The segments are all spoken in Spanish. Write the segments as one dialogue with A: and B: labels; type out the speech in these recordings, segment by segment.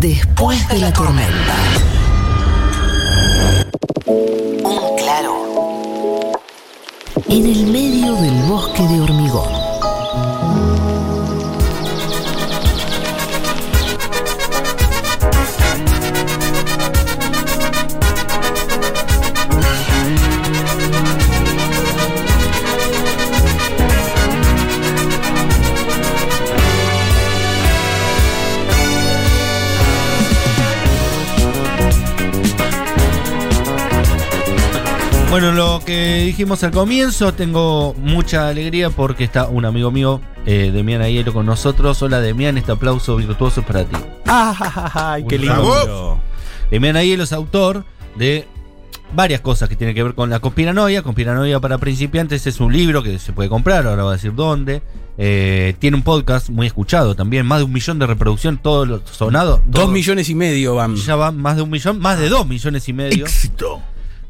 A: Después de la tormenta. Un claro. En el medio del bosque de hormigón.
B: Bueno, lo que dijimos al comienzo, tengo mucha alegría porque está un amigo mío, eh, Demián Aiello, con nosotros. Hola Demián, este aplauso virtuoso es para ti.
C: ¡Ay, qué
B: Un
C: lindo!
B: Demián Aiello es autor de varias cosas que tienen que ver con la conspiranoia. Conspiranoia para principiantes es un libro que se puede comprar, ahora va a decir dónde. Eh, tiene un podcast muy escuchado también, más de un millón de reproducción, todo lo sonado.
C: Dos
B: todo.
C: millones y medio van.
B: Ya van más de un millón, más de dos millones y medio.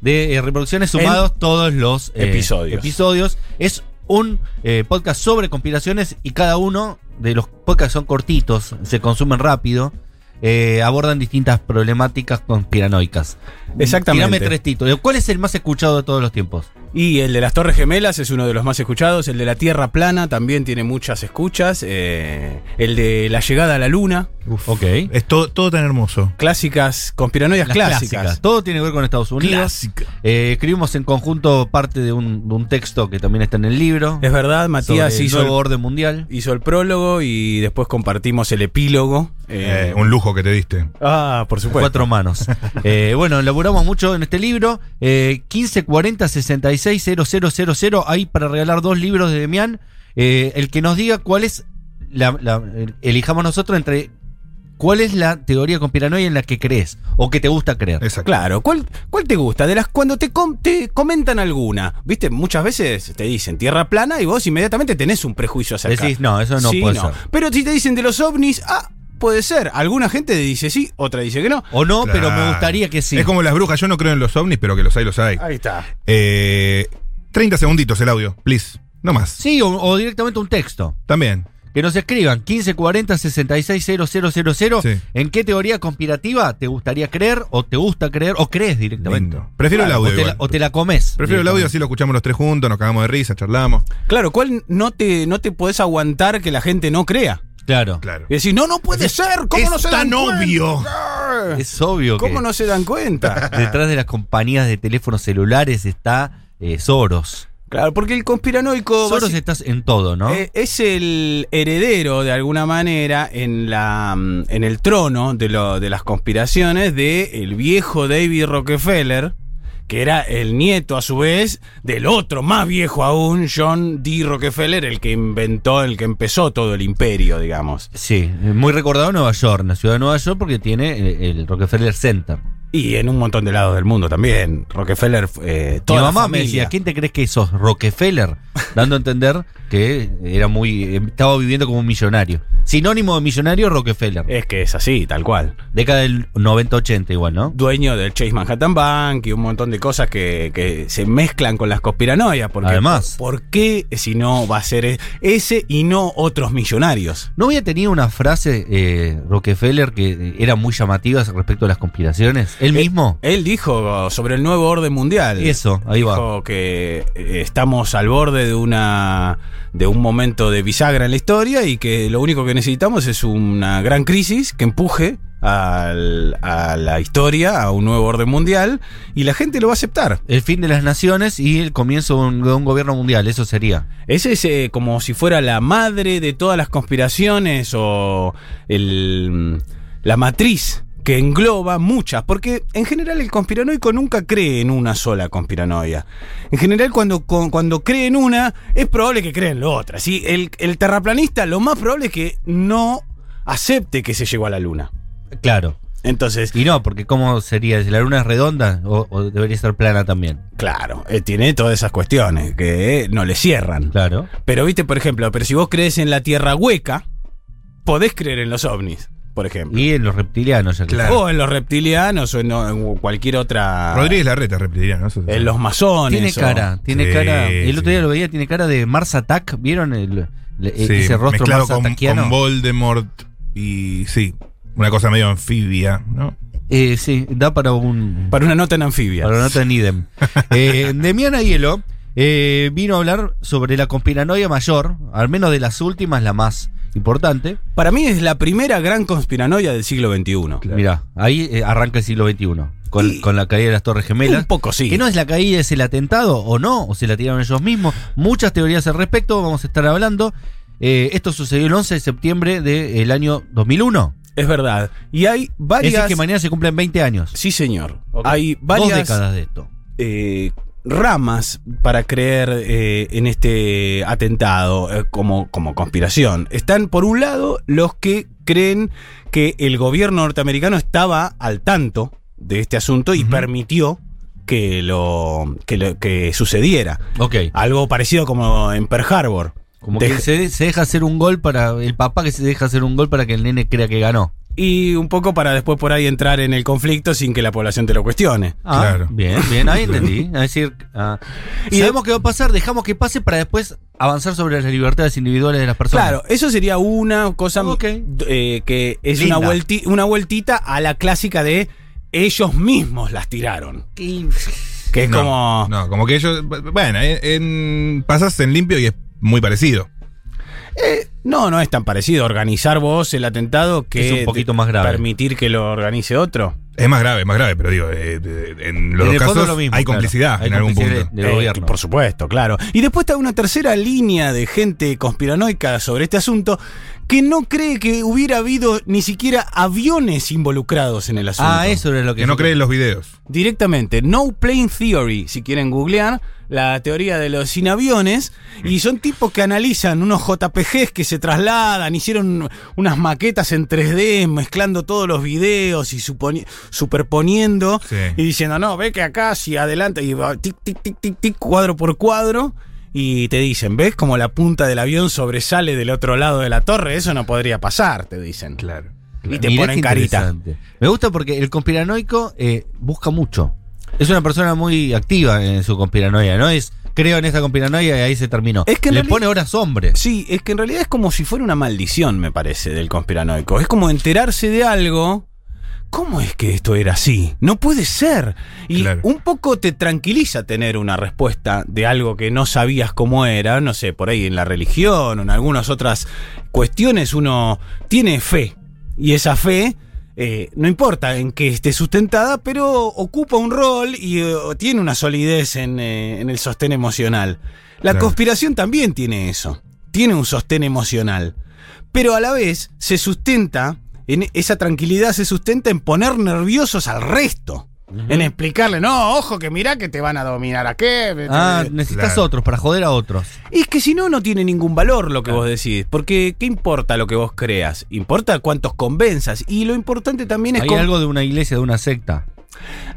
B: De eh, reproducciones sumados todos los eh,
C: Episodios.
B: episodios. Es un eh, podcast sobre conspiraciones y cada uno de los podcasts son cortitos, se consumen rápido, eh, abordan distintas problemáticas conspiranoicas. Tirame
C: Exactamente.
B: tres títulos. ¿Cuál es el más escuchado de todos los tiempos?
C: Y el de las Torres Gemelas es uno de los más escuchados. El de la Tierra Plana también tiene muchas escuchas. eh, el de la llegada a la Luna.
B: ok.
D: Es todo, todo tan hermoso.
C: Clásicas, conspiranoias
B: Las
C: clásicas.
B: Todo tiene que ver con Estados Unidos. Eh, escribimos en conjunto parte de un, de un texto que también está en el libro.
C: Es verdad, Matías
B: sobre el
C: hizo
B: nuevo
C: el,
B: orden mundial.
C: hizo el prólogo y después compartimos el epílogo. eh,
D: Eh, un lujo que te diste.
C: Ah, por
B: Bueno.
C: supuesto.
B: cuatro manos. Eh, bueno, elaboramos mucho en este libro. Eh, 1540 66 000 Ahí para regalar dos libros de Demián. Eh, el que nos diga cuál es. La, la- elijamos nosotros entre. ¿Cuál es la teoría conspiranoia en la que crees? O que te gusta creer.
D: Exacto.
C: Claro, ¿cuál, ¿cuál te gusta? De las cuando te, com- te comentan alguna, ¿viste? Muchas veces te dicen tierra plana y vos inmediatamente tenés un prejuicio acerca.
B: Decís, no, eso no
C: Sí,
B: puede
C: no.
B: ser.
C: Pero si te dicen de los ovnis, ah, puede ser. Alguna gente dice sí, otra dice que no.
B: O no,
D: Claro.
B: pero me gustaría que sí.
D: Es como las brujas, yo no creo en los ovnis, pero que los hay, los hay.
C: Ahí está.
D: Eh, 30 segunditos el audio, please. No más.
B: Sí, o, o directamente un texto.
D: También.
B: Que nos escriban 1540 66 000
D: Sí.
B: ¿En qué teoría conspirativa te gustaría creer o te gusta creer o crees directamente?
D: Lindo. Prefiero
B: Claro,
D: el audio.
B: O te, la,
D: igual.
B: o te la comes.
D: Prefiero el audio, así lo escuchamos los tres juntos, nos cagamos de risa, charlamos.
C: Claro, ¿cuál no te, no te podés aguantar que la gente no crea?
B: Claro.
D: Claro.
C: Y decís, no, no puede ser, ¿cómo
D: es
C: no se
D: tan
C: dan cuenta? Ah,
D: obvio.
B: Es obvio
C: ¿Cómo
B: que
C: no se dan cuenta?
B: detrás de las compañías de teléfonos celulares está eh, Soros.
C: Claro, porque el conspiranoico...
B: Soros
C: basi-
B: estás en todo, ¿no?
C: Eh, es el heredero, de alguna manera, en, la, mm, en el trono de, lo- de las conspiraciones de el viejo David Rockefeller, que era el nieto, a su vez, del otro más viejo aún, John D. Rockefeller, el que inventó, el que empezó todo el imperio, digamos.
B: sí, eh, muy recordado Nueva York, la ciudad de Nueva York, porque tiene eh, el, Rockefeller Center.
C: Y en un montón de lados del mundo también. Rockefeller, eh, toda
B: Mi
C: la
B: mamá me
C: familia.
B: decía, ¿quién te crees que sos? Rockefeller, dando a entender que era muy. em, estaba viviendo como un millonario. Sinónimo de millonario, Rockefeller.
D: Eh.
C: Es que es así, tal cual.
B: Década del 90-80 igual, ¿no?
C: dueño del Chase Manhattan Bank y un montón de cosas que, que se mezclan con las conspiranoias. Porque,
B: Además.
C: ¿Por qué si no va a ser e- ese y no otros millonarios?
B: ¿No había tenido una frase eh, Rockefeller que eh, era muy llamativa respecto a las conspiraciones? ¿Él
D: Eh,
B: mismo?
C: Él dijo sobre el nuevo orden mundial.
B: Eso, ahí va.
C: Dijo que eh, estamos al borde de una de un momento de bisagra en la historia y que lo único que necesitamos es una gran crisis que empuje al- a la historia a un nuevo orden mundial y la gente lo va a aceptar.
B: El fin de las naciones y el comienzo de un, de un gobierno mundial, eso sería.
C: Ese es eh, como si fuera la madre de todas las conspiraciones o el, mm, la matriz que engloba muchas, porque en general el conspiranoico nunca cree en una sola conspiranoia. En general cuando, cu- cuando cree en una, es probable que cree en la otra. ¿sí? El, el terraplanista lo más probable es que no acepte que se llegó a la luna.
B: Claro.
C: Entonces,
B: Y no, porque ¿cómo sería? Si la luna es redonda o, o debería ser plana también.
C: claro, eh, tiene todas esas cuestiones que eh, no le cierran.
B: Claro.
C: Pero viste, por ejemplo, pero si vos crees en la tierra hueca, podés creer en los ovnis, por ejemplo.
B: Y en los reptilianos, ya que-
D: Claro.
C: O en los reptilianos o en, en cualquier otra.
D: Rodríguez Larreta repetiría, ¿no? Eso-
C: En los masones.
B: Tiene
C: o-
B: cara, tiene
D: Sí,
B: cara. El otro día
D: sí.
B: lo veía, tiene cara de Mars Attack. ¿Vieron el, el-
D: Sí,
B: ese rostro
D: mezclado
B: Mars
D: con,
B: Attackiano?
D: con Voldemort y sí, Una cosa medio anfibia, ¿no?
B: Eh, sí, da para un.
C: Para una nota en anfibia.
B: Para una nota en idem. eh, Demiana Hielo eh, vino a hablar sobre la conspiranoia mayor, al menos de las últimas, la más importante.
C: Para mí es la primera gran conspiranoia del siglo XXI.
B: Mirá, ahí eh, arranca el siglo XXI. Con,
C: Y-
B: con la caída de las Torres Gemelas.
C: Un poco sí.
B: Que no es la caída, es el atentado, o no, o se la tiraron ellos mismos. Muchas teorías al respecto, vamos a estar hablando. Eh, esto sucedió el 11 de septiembre del año 2001.
C: Es verdad. Y hay
B: Es decir,
C: varias.
B: que mañana se cumplen 20 años.
C: Sí, señor. Hay varias.
B: Dos décadas de esto.
C: eh, ramas para creer eh, en este atentado eh, como, como conspiración. Están, por un lado, los que creen que el gobierno norteamericano estaba al tanto de este asunto y
B: Ujú.
C: permitió que lo, que lo- que sucediera.
B: Ok.
C: Algo parecido como en Pearl Harbor.
B: Como
C: Deja-
B: que se, se deja hacer un gol para. El papá que se deja hacer un gol para que el nene crea que ganó.
C: Y un poco para después por ahí entrar en el conflicto sin que la población te lo cuestione.
B: Ah,
D: Claro.
B: bien, bien, ahí entendí. Es decir, ah,
C: Y
B: sabemos qué va a pasar, dejamos que pase para después avanzar sobre las libertades individuales de las personas.
C: Claro, eso sería una cosa
B: Ok.
C: eh, que es
B: Linda.
C: una, vuelti- una vueltita a la clásica de ellos mismos las tiraron.
B: Y-
C: Que es
D: No,
C: como.
D: No, como que ellos. Bueno, en, en- pasas en limpio y es muy parecido.
C: eh, no, no es tan parecido. Organizar vos el atentado que.
B: Es un poquito
C: de-
B: más grave.
C: Permitir que lo organice otro.
D: Es más grave, más grave, pero digo, eh, de- de- en los
B: en
D: dos
B: el fondo
D: casos
B: es lo mismo,
D: hay
B: claro.
D: complicidad
B: Hay
D: en algún
B: complicidad
D: punto.
B: del
C: Eh,
B: gobierno.
C: Por supuesto, claro. Y después está una tercera línea de gente conspiranoica sobre este asunto que no cree que hubiera habido ni siquiera aviones involucrados en el asunto.
B: Ah, eso era lo que.
D: Que no creen los videos.
C: directamente No Plane Theory, si quieren googlear, la teoría de los sin aviones, y son tipos que analizan unos JPGs que se trasladan, hicieron unas maquetas en 3D, mezclando todos los videos y suponi- superponiendo,
D: Sí.
C: y diciendo, no, ve que acá, si adelante, y va tic, tic, tic, tic, tic, cuadro por cuadro. Y te dicen, ¿ves como la punta del avión sobresale del otro lado de la torre? Eso no podría pasar, te dicen.
D: Claro.
C: Y te ponen carita.
B: Me gusta porque el conspiranoico eh, busca mucho. Es una persona muy activa en su conspiranoia, ¿no? Es creo en esta conspiranoia y ahí se terminó.
C: Es que en
B: Le
C: realidad-
B: pone horas hombre.
C: Sí, es que en realidad es como si fuera una maldición, me parece, del conspiranoico. Es como enterarse de algo. ¿Cómo es que esto era así? No puede ser. Y
D: Claro.
C: un poco te tranquiliza tener una respuesta de algo que no sabías cómo era, no sé, por ahí en la religión o en algunas otras cuestiones uno tiene fe. Y esa fe eh, no importa en qué esté sustentada, pero ocupa un rol y eh, tiene una solidez en, eh, en el sostén emocional. La
D: Claro.
C: conspiración también tiene eso, tiene un sostén emocional, pero a la vez se sustenta, en esa tranquilidad se sustenta en poner nerviosos al resto. En explicarle, no, ojo que mirá que te van a dominar a qué.
B: Ah, necesitas
D: Claro.
B: otros para joder a otros.
C: Y es que si no, no tiene ningún valor
B: Ah.
C: lo que vos decís. Porque, ¿qué importa lo que vos creas? Importa cuántos convenzas. Y lo importante también es
B: Hay
C: con-
B: algo de una iglesia, de una secta.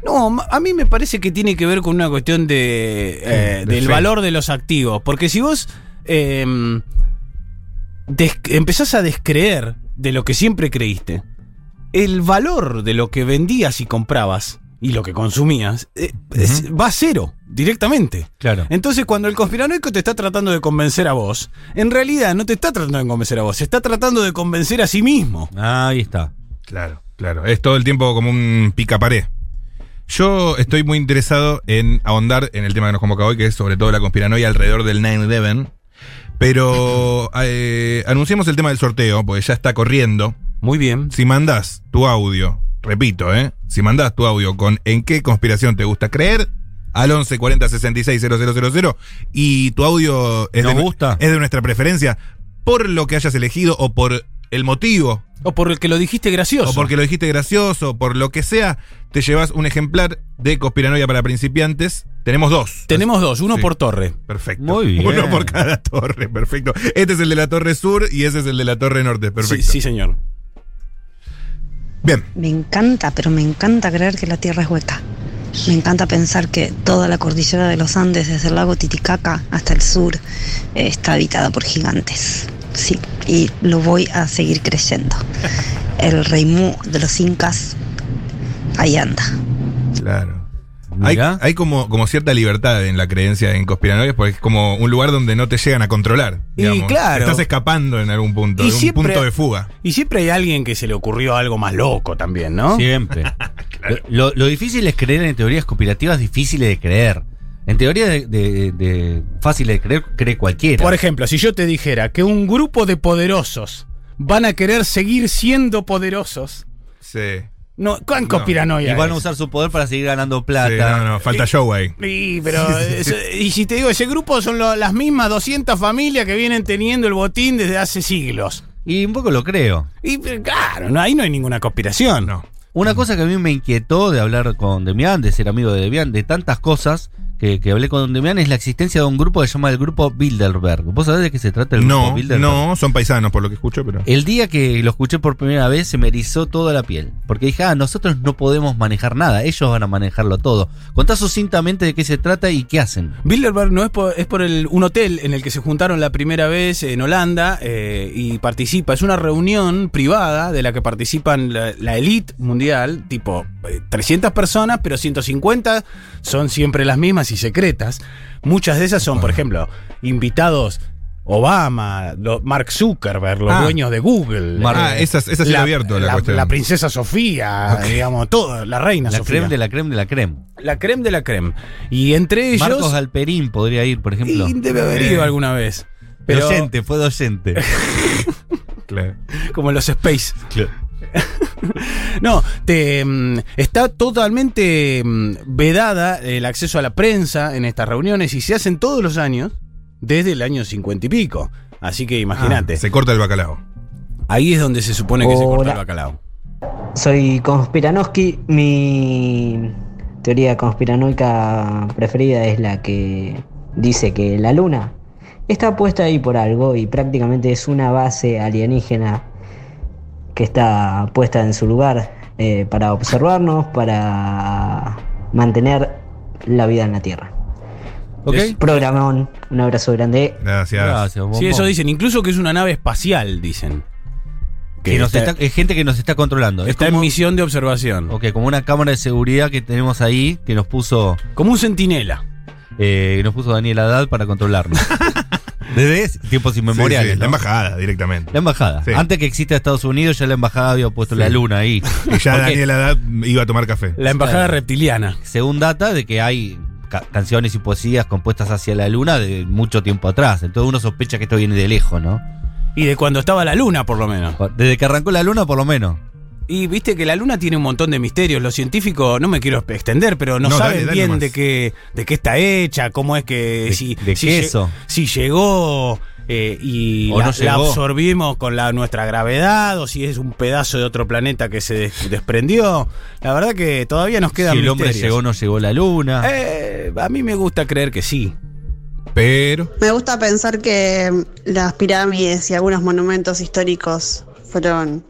C: No, ma- a mí me parece que tiene que ver con una cuestión de, eh,
D: de
C: del
D: fe.
C: valor de los activos. Porque si vos eh, des- empezás a descreer de lo que siempre creíste, el valor de lo que vendías y comprabas y lo que consumías eh, es- va a cero directamente.
B: Claro.
C: Entonces, cuando el conspiranoico te está tratando de convencer a vos, en realidad no te está tratando de convencer a vos, se está tratando de convencer a sí mismo.
B: Ahí está.
D: Claro, claro. Es todo el tiempo como un picaparé. Yo estoy muy interesado en ahondar en el tema que nos convoca hoy, que es sobre todo la conspiranoia alrededor del 9-11. Pero eh, anunciamos el tema del sorteo, porque ya está corriendo.
C: Muy bien.
D: Si mandás tu audio, repito, ¿eh? Si mandás tu audio con en qué conspiración te gusta creer, al 11 40 66 000 y tu audio es,
B: Nos
D: de,
B: gusta.
D: es de nuestra preferencia por lo que hayas elegido o por el motivo
C: O por el que lo dijiste gracioso.
D: o porque lo dijiste gracioso, por lo que sea, te llevas un ejemplar de Conspiranoia para principiantes. Tenemos dos.
C: Tenemos dos, uno
D: Sí.
C: por torre.
D: Perfecto.
B: Muy bien.
D: Uno por cada torre, perfecto. Este es el de la Torre Sur y ese es el de la Torre Norte, perfecto.
C: Sí, sí, señor.
D: Bien,
E: Me encanta, pero me encanta creer que la Tierra es hueca. Me encanta pensar que toda la cordillera de los Andes, desde el lago Titicaca hasta el sur, eh, está habitada por gigantes. Sí, y lo voy a seguir creyendo. El rey Mu de los incas, ahí anda.
D: claro. Hay,
C: Mirá.
D: hay como, como cierta libertad en la creencia en conspiranoias porque es como un lugar donde no te llegan a controlar.
C: Y
D: digamos.
C: claro.
D: Estás escapando en algún punto,
C: Y
D: de un
C: siempre-
D: punto de fuga.
C: Y siempre hay alguien que se le ocurrió algo más loco también, ¿no?
B: Siempre. lo, lo difícil es creer en teorías conspirativas difíciles de creer. En teorías de, de- de- fáciles de creer, cree cualquiera.
C: Por ejemplo, si yo te dijera que un grupo de poderosos van a querer seguir siendo poderosos,
D: Sí.
C: no, ¿cuán
D: No.
C: conspiranoia
B: y van a
C: es?
B: usar su poder para seguir ganando
D: Sí,
B: plata.
D: no, no, falta show ahí.
C: Ah, Y, pero, es- y si te digo, ese grupo son lo- las mismas 200 familias que vienen teniendo el botín desde hace siglos.
B: Y un poco lo creo.
C: Y pero, claro, no, ahí no hay ninguna conspiración.
D: No.
B: Una cosa que a mí me inquietó de hablar con Demián, de ser amigo de Demián, de tantas cosas que, que hablé con Demián, es la existencia de un grupo que se llama el Grupo Bilderberg. ¿Vos sabés de qué se trata el Grupo
D: No,
B: Bilderberg?
D: no, son paisanos por lo que escucho, pero.
B: El día que lo escuché por primera vez se me erizó toda la piel. Porque dije, ah, nosotros no podemos manejar nada, ellos van a manejarlo todo. Contá sucintamente de qué se trata y qué hacen.
C: Bilderberg no es por, es por el, un hotel en el que se juntaron la primera vez en Holanda eh, y participa. Es una reunión privada de la que participan la, la elite mundial, tipo eh, 300 personas, pero 150 son siempre las mismas y secretas. Muchas de esas son, por ejemplo, invitados Obama, lo- Mark Zuckerberg, los
D: Ah.
C: dueños de Google.
B: Mar-
D: Ah, esa, es- esa sí la, he abierto la, cuestión.
C: la princesa Sofía, digamos, todo, la reina
B: La
C: Sofía.
B: creme de la creme de la creme.
C: la creme de la creme. Y entre ellos.
B: Marcos Alperín podría ir, por ejemplo.
C: Y debe haber ido alguna vez. Pero
B: Docente, fue docente.
D: Claro.
C: como los Space. No, te, mm, está totalmente mm, vedada el acceso a la prensa en estas reuniones y se hacen todos los años desde el año 50 y pico. Así que imagínate,
D: Ah, Se corta el bacalao.
C: ahí es donde se supone que se corta el
F: Hola.
C: bacalao.
F: Soy Conspiranoski. Mi teoría conspiranoica preferida es la que dice que la luna está puesta ahí por algo y prácticamente es una base alienígena que está puesta en su lugar eh, para observarnos, para mantener la vida en la Tierra.
B: ¿Ok?
C: Es-
F: Programón, un abrazo grande.
D: Gracias.
B: Gracias, bombón.
C: Sí, eso dicen, incluso que es una nave espacial, dicen.
B: Que nos
C: está,
B: está- es gente que nos está controlando.
C: está
B: es
C: en
B: como,
C: misión de observación.
B: ok, como una cámara de seguridad que tenemos ahí que nos puso
C: Como un centinela.
B: eh, nos puso Daniel Haddad para controlarnos. Desde ese- tiempos
D: Sí,
B: inmemoriales.
D: sí,
B: ¿no?
D: La embajada directamente.
B: La embajada.
D: Sí.
B: Antes que exista Estados Unidos, ya la embajada había puesto la luna ahí.
D: Y ya
B: Porque,
D: Daniel Haddad iba a tomar café.
C: La embajada reptiliana.
B: Según data de que hay ca- canciones y poesías compuestas hacia la luna de mucho tiempo atrás. Entonces uno sospecha que esto viene de lejos, ¿no?
C: Y de cuando estaba la luna, por lo menos.
B: Desde que arrancó la luna, por lo menos.
C: Y viste que la luna tiene un montón de misterios. Los científicos, no me quiero extender, pero no,
D: No,
C: saben
D: dale, dale
C: bien
D: nomás.
C: de qué, de qué está hecha, cómo es que.
B: De-
C: si,
B: de
C: si
B: queso.
C: lle- Si llegó eh, y
B: O
C: la,
B: no
C: la
B: llegó.
C: absorbimos con la, nuestra gravedad, o si es un pedazo de otro planeta que se des- desprendió. La verdad que todavía nos
B: Si
C: quedan
B: el hombre
C: misterios.
B: llegó o no llegó la luna.
C: Eh, a mí me gusta creer que sí.
D: Pero.
G: Me gusta pensar que las pirámides y algunos monumentos históricos fueron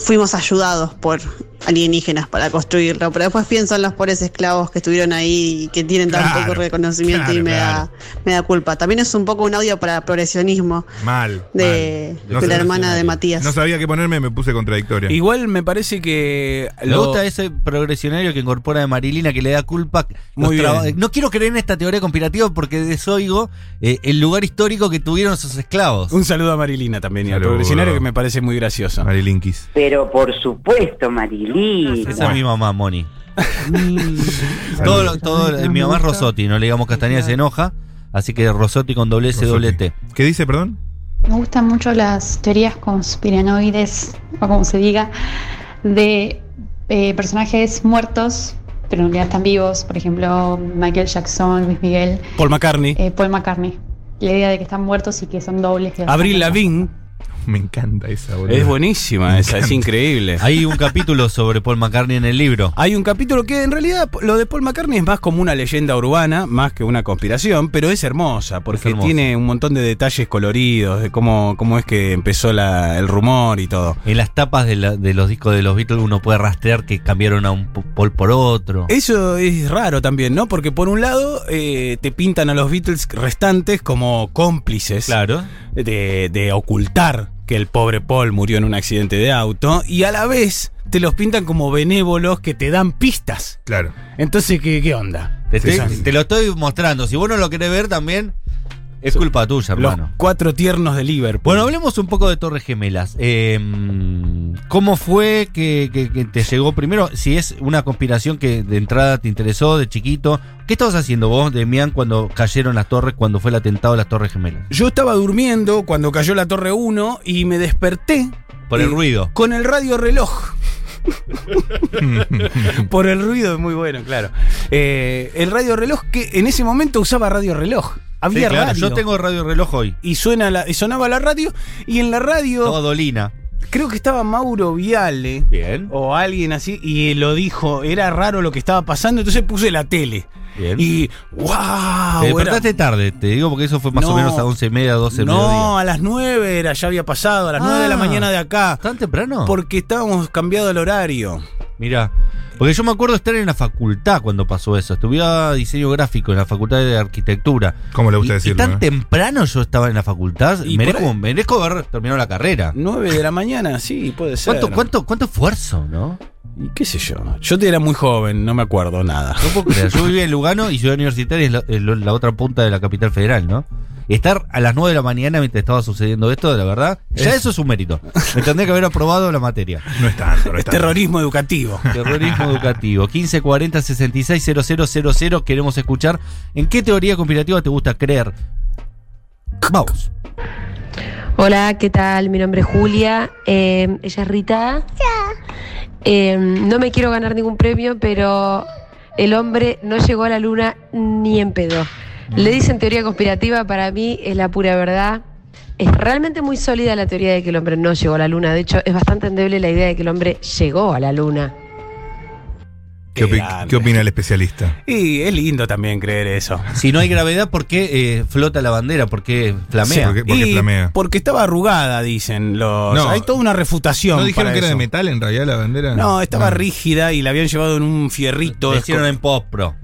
G: fuimos ayudados por alienígenas para construirlo, pero después pienso en los pobres esclavos que estuvieron ahí y que tienen tan
D: Claro,
G: poco reconocimiento y
D: claro,
G: me,
D: claro.
G: da, me da culpa. También es un poco un audio para progresionismo
D: Mal.
G: de,
D: mal. No
G: de la
D: sé-
G: hermana de Matías.
D: No sabía qué ponerme, me puse contradictoria.
C: Igual me parece que.
B: Me
C: lo-
B: gusta ese progresionario que incorpora de Marilina que le da culpa.
C: Muy
B: los traba-
C: bien.
B: No quiero creer en esta teoría conspirativa porque desoigo eh, el lugar histórico que tuvieron sus esclavos.
C: Un saludo a Marilina también, y al
D: Saludo.
C: progresionario que me parece muy gracioso.
D: Marilinkis.
H: Pero por supuesto, Marilí.
B: Esa es mi mamá, Moni. todo, lo- todo, lo- mi mamá es Rosotti, no le digamos Castañeda, se enoja. Así que Rosotti con doble S, doble T.
D: ¿Qué dice, perdón?
I: Me gustan mucho las teorías conspiranoides, o como se diga, de eh, personajes muertos, pero en realidad están vivos. Por ejemplo, Michael Jackson, Luis Miguel,
C: Paul McCartney.
I: eh, Paul McCartney. La idea de que están muertos y que son dobles. de los
C: Abril
I: famosos.
C: Lavigne.
D: Me encanta esa, boludo.
C: Es buenísima esa, es increíble. Hay,
B: Hay un capítulo sobre Paul McCartney en el libro.
C: hay un capítulo que en realidad lo de Paul McCartney es más como una leyenda urbana, más que una conspiración, pero es hermosa, porque
B: hermosa.
C: tiene un montón de detalles coloridos, de cómo, cómo es que empezó la- el rumor y todo.
B: En las tapas de, la- de los discos de los Beatles uno puede rastrear que cambiaron a un p- Paul por otro.
C: Eso es raro también, ¿no? Porque por un lado eh, te pintan a los Beatles restantes como cómplices.
B: Claro.
C: de, de ocultar que el pobre Paul murió en un accidente de auto y a la vez te los pintan como benévolos que te dan pistas.
D: Claro.
C: Entonces, ¿qué, qué onda?
B: Te, estoy-
C: Sí, sí.
B: te lo estoy mostrando. Si vos no lo querés ver también, es culpa tuya,
C: Los
B: hermano.
C: cuatro tiernos de Liverpool.
B: Bueno, hablemos un poco de Torres Gemelas. Eh, ¿Cómo fue que, que- que te llegó primero? Si es una conspiración que de entrada te interesó de chiquito. ¿Qué estabas haciendo vos, Demián, cuando cayeron las torres, cuando fue el atentado a las Torres Gemelas?
C: yo estaba durmiendo cuando cayó la Torre 1 y me desperté
B: Por el
C: Eh,
B: ruido.
C: con el radio reloj. Por el ruido es muy bueno, claro. Eh, el radio reloj que en ese momento usaba radio reloj.
B: Sí,
C: Había
B: claro,
C: radio.
B: Yo tengo radio reloj hoy.
C: Y suena la, y sonaba la radio. Y en la radio
B: Todo Dolina.
C: creo que estaba Mauro Viale
B: Bien.
C: o alguien así. Y lo dijo, era raro lo que estaba pasando. Entonces puse la tele.
B: Bien.
C: Y wow.
B: te despertaste tarde, te digo porque eso fue más o
C: Ah, No.
B: menos a 11 y media, 12
C: no, a las 9 era, ya había pasado, a las 9 de la
B: Ah.
C: mañana de acá.
B: ¿Tan temprano?
C: Porque estábamos cambiado el horario.
B: Mirá. Porque yo me acuerdo estar en la facultad cuando pasó eso. Estudiaba diseño gráfico en la facultad de arquitectura.
D: ¿Cómo
B: Y,
D: le gusta
B: y
D: decirlo?
B: tan
D: eh?
B: temprano yo estaba en la facultad.
C: Y por
B: Merezco,
C: ahí-
B: merezco haber terminado la carrera.
C: 9 de la mañana, sí, puede ser.
B: ¿Cuánto, cuánto, cuánto esfuerzo, no?
C: Y qué sé yo. Yo te era muy joven, no me acuerdo nada.
B: No puedo creer. Yo vivía en Lugano y Ciudad Universitaria es la, es lo- la otra punta de la capital federal, ¿no? Y Estar a las 9 de la mañana mientras estaba sucediendo esto, la verdad, ya eso es un mérito. Me tendría que haber aprobado la materia.
D: No es tanto, no es
C: Es
D: tanto.
C: terrorismo educativo.
B: Terrorismo educativo. 1540 66 000 Queremos escuchar en qué teoría conspirativa te gusta creer. Vamos.
J: Hola, ¿qué tal? Mi nombre es Julia. eh, ella es Rita. Eh, no me quiero ganar ningún premio, pero el hombre no llegó a la luna ni en pedo. Le dicen teoría conspirativa, para mí es la pura verdad. Es realmente muy sólida la teoría de que el hombre no llegó a la luna. De hecho, es bastante endeble la idea de que el hombre llegó a la luna.
D: ¿Qué, opi-
C: Grande.
D: qué opina el especialista?
C: Y es lindo también creer eso.
B: Si no hay gravedad, ¿por qué eh, flota la bandera? ¿Por qué flamea?
D: Sí, porque- ¿Por qué
C: Y
D: flamea?
C: Porque estaba arrugada, dicen los.
D: No.
C: hay toda una refutación.
D: ¿No dijeron
C: para
D: que era
C: eso.
D: de metal en realidad la bandera?
C: No, estaba
D: Ah,
C: rígida y la habían llevado en un fierrito.
B: Lo hicieron en postpro.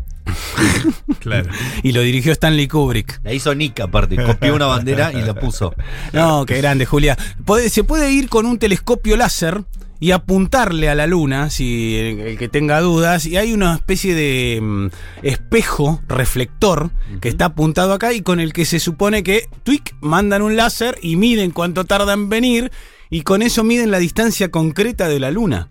D: Claro.
C: Y lo dirigió Stanley Kubrick.
B: La hizo Nick aparte. Copió una bandera y la puso.
C: No, qué grande, Julia. Puede- se puede ir con un telescopio láser y apuntarle a la luna, si el, el que tenga dudas, y hay una especie de mm, espejo reflector que está apuntado acá y con el que se supone que, tuic, mandan un láser y miden cuánto tarda en venir, y con eso miden la distancia concreta de la luna.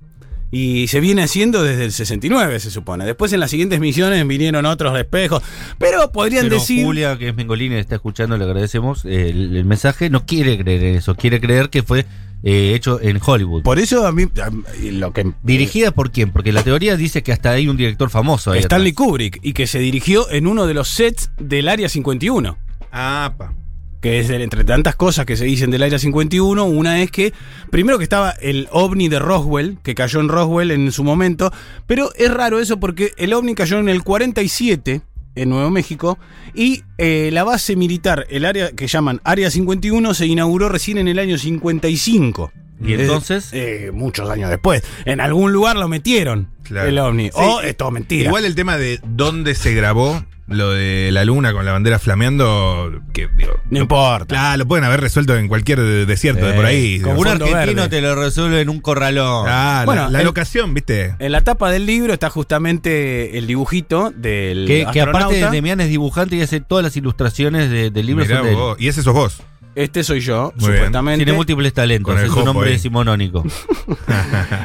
C: Y se viene haciendo desde el 69, se supone. Después en las siguientes misiones vinieron otros espejos, pero podrían
B: Pero
C: decir...
B: Julia, que es mengolina y está escuchando, le agradecemos eh, el, el mensaje. No quiere creer en eso. Quiere creer que fue eh, hecho en Hollywood.
C: Por eso a mí a mí lo que...
B: ¿Dirigida por quién? Porque la teoría dice que hasta hay un director famoso. ahí
C: Stanley
B: atrás.
C: Kubrick y que se dirigió en uno de los sets del Área 51.
D: Ah, pa.
C: Que es el- entre tantas cosas que se dicen del Área 51, una es que, primero que estaba el ovni de Roswell, que cayó en Roswell en su momento, pero es raro eso porque el ovni cayó en el 47 en Nuevo México y eh, la base militar, el área que llaman Área 51, se inauguró recién en el año 55.
B: ¿Y
C: Es-
B: entonces?
C: eh, muchos años después. En algún lugar lo metieron,
D: Claro.
C: el ovni.
D: Sí.
C: O es todo mentira.
D: Igual el tema de dónde se grabó lo de la luna con la bandera flameando, que digo,
C: no importa.
D: claro, lo pueden haber resuelto en cualquier desierto de por ahí.
B: Como
C: Con
B: un
C: fondo
B: argentino
C: verde.
B: te lo resuelve en un corralón.
D: Ah, la-
C: Bueno,
D: la,
C: el-
D: locación, ¿viste?
C: En la tapa del libro está justamente el dibujito del
B: Que, que
C: astronauta.
B: aparte Demián es dibujante y hace todas las ilustraciones de- del libro.
D: Mirá
B: son de él.
D: vos. Y ese sos vos.
C: Este soy yo,
D: Muy
C: supuestamente.
B: Tiene múltiples talentos,
D: Con el
B: es un
D: jopo
B: hombre
D: ahí.
B: simonónico.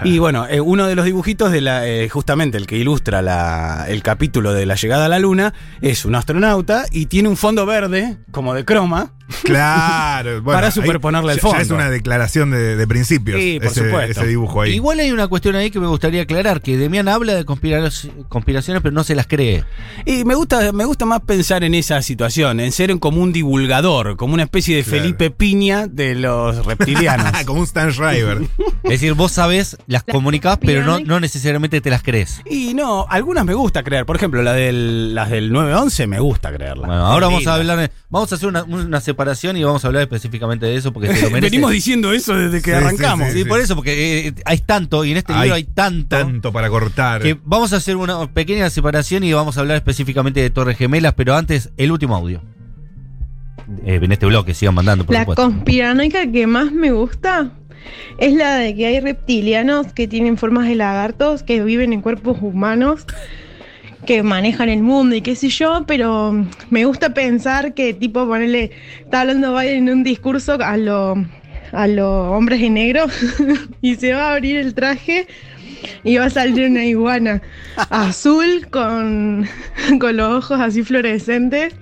C: Y bueno, eh, uno de los dibujitos de la, eh, justamente el que ilustra la- el capítulo de la llegada a la luna es un astronauta y tiene un fondo verde como de croma.
D: Claro. bueno,
C: Para
D: ahí
C: superponerle al
D: ya- ya es
C: fondo.
D: una declaración de, de principios.
C: Sí, por
D: ese,
C: supuesto.
D: ese dibujo ahí.
B: Igual hay una cuestión ahí que me gustaría aclarar, que Demián habla de conspirac- conspiraciones pero no se las cree.
C: Y me gusta, me gusta más pensar en esa situación, en ser como un divulgador, como una especie de
D: Claro.
C: Felipe Piña de los reptilianos.
D: Ah, Como un Stan Schreiber.
B: Es decir, vos sabés, las comunicás pero no, no necesariamente te las crees.
C: Y no, algunas me gusta creer. Por ejemplo, la del, las del 911 me gusta creerla.
B: Bueno, ahora vamos a hablar, vamos a hacer una, una separación y vamos a hablar específicamente de eso porque se lo merece.
C: Venimos diciendo eso desde que
D: Sí,
C: arrancamos.
B: Sí, por eso, porque eh, hay tanto, y en este
D: Hay
B: libro hay tanto,
D: Tanto para cortar.
B: que vamos a hacer una pequeña separación y vamos a hablar específicamente de Torres Gemelas, pero antes, el último audio. Eh, en este bloque, sigan mandando, por
K: La
B: supuesto.
K: conspiranoica que más me gusta es la de que hay reptilianos que tienen formas de lagartos, que viven en cuerpos humanos, que manejan el mundo y qué sé yo, pero mm, me gusta pensar que tipo ponerle, está hablando Biden en un discurso a los a los hombres de negro y se va a abrir el traje y va a salir una iguana azul con, con los ojos así fluorescentes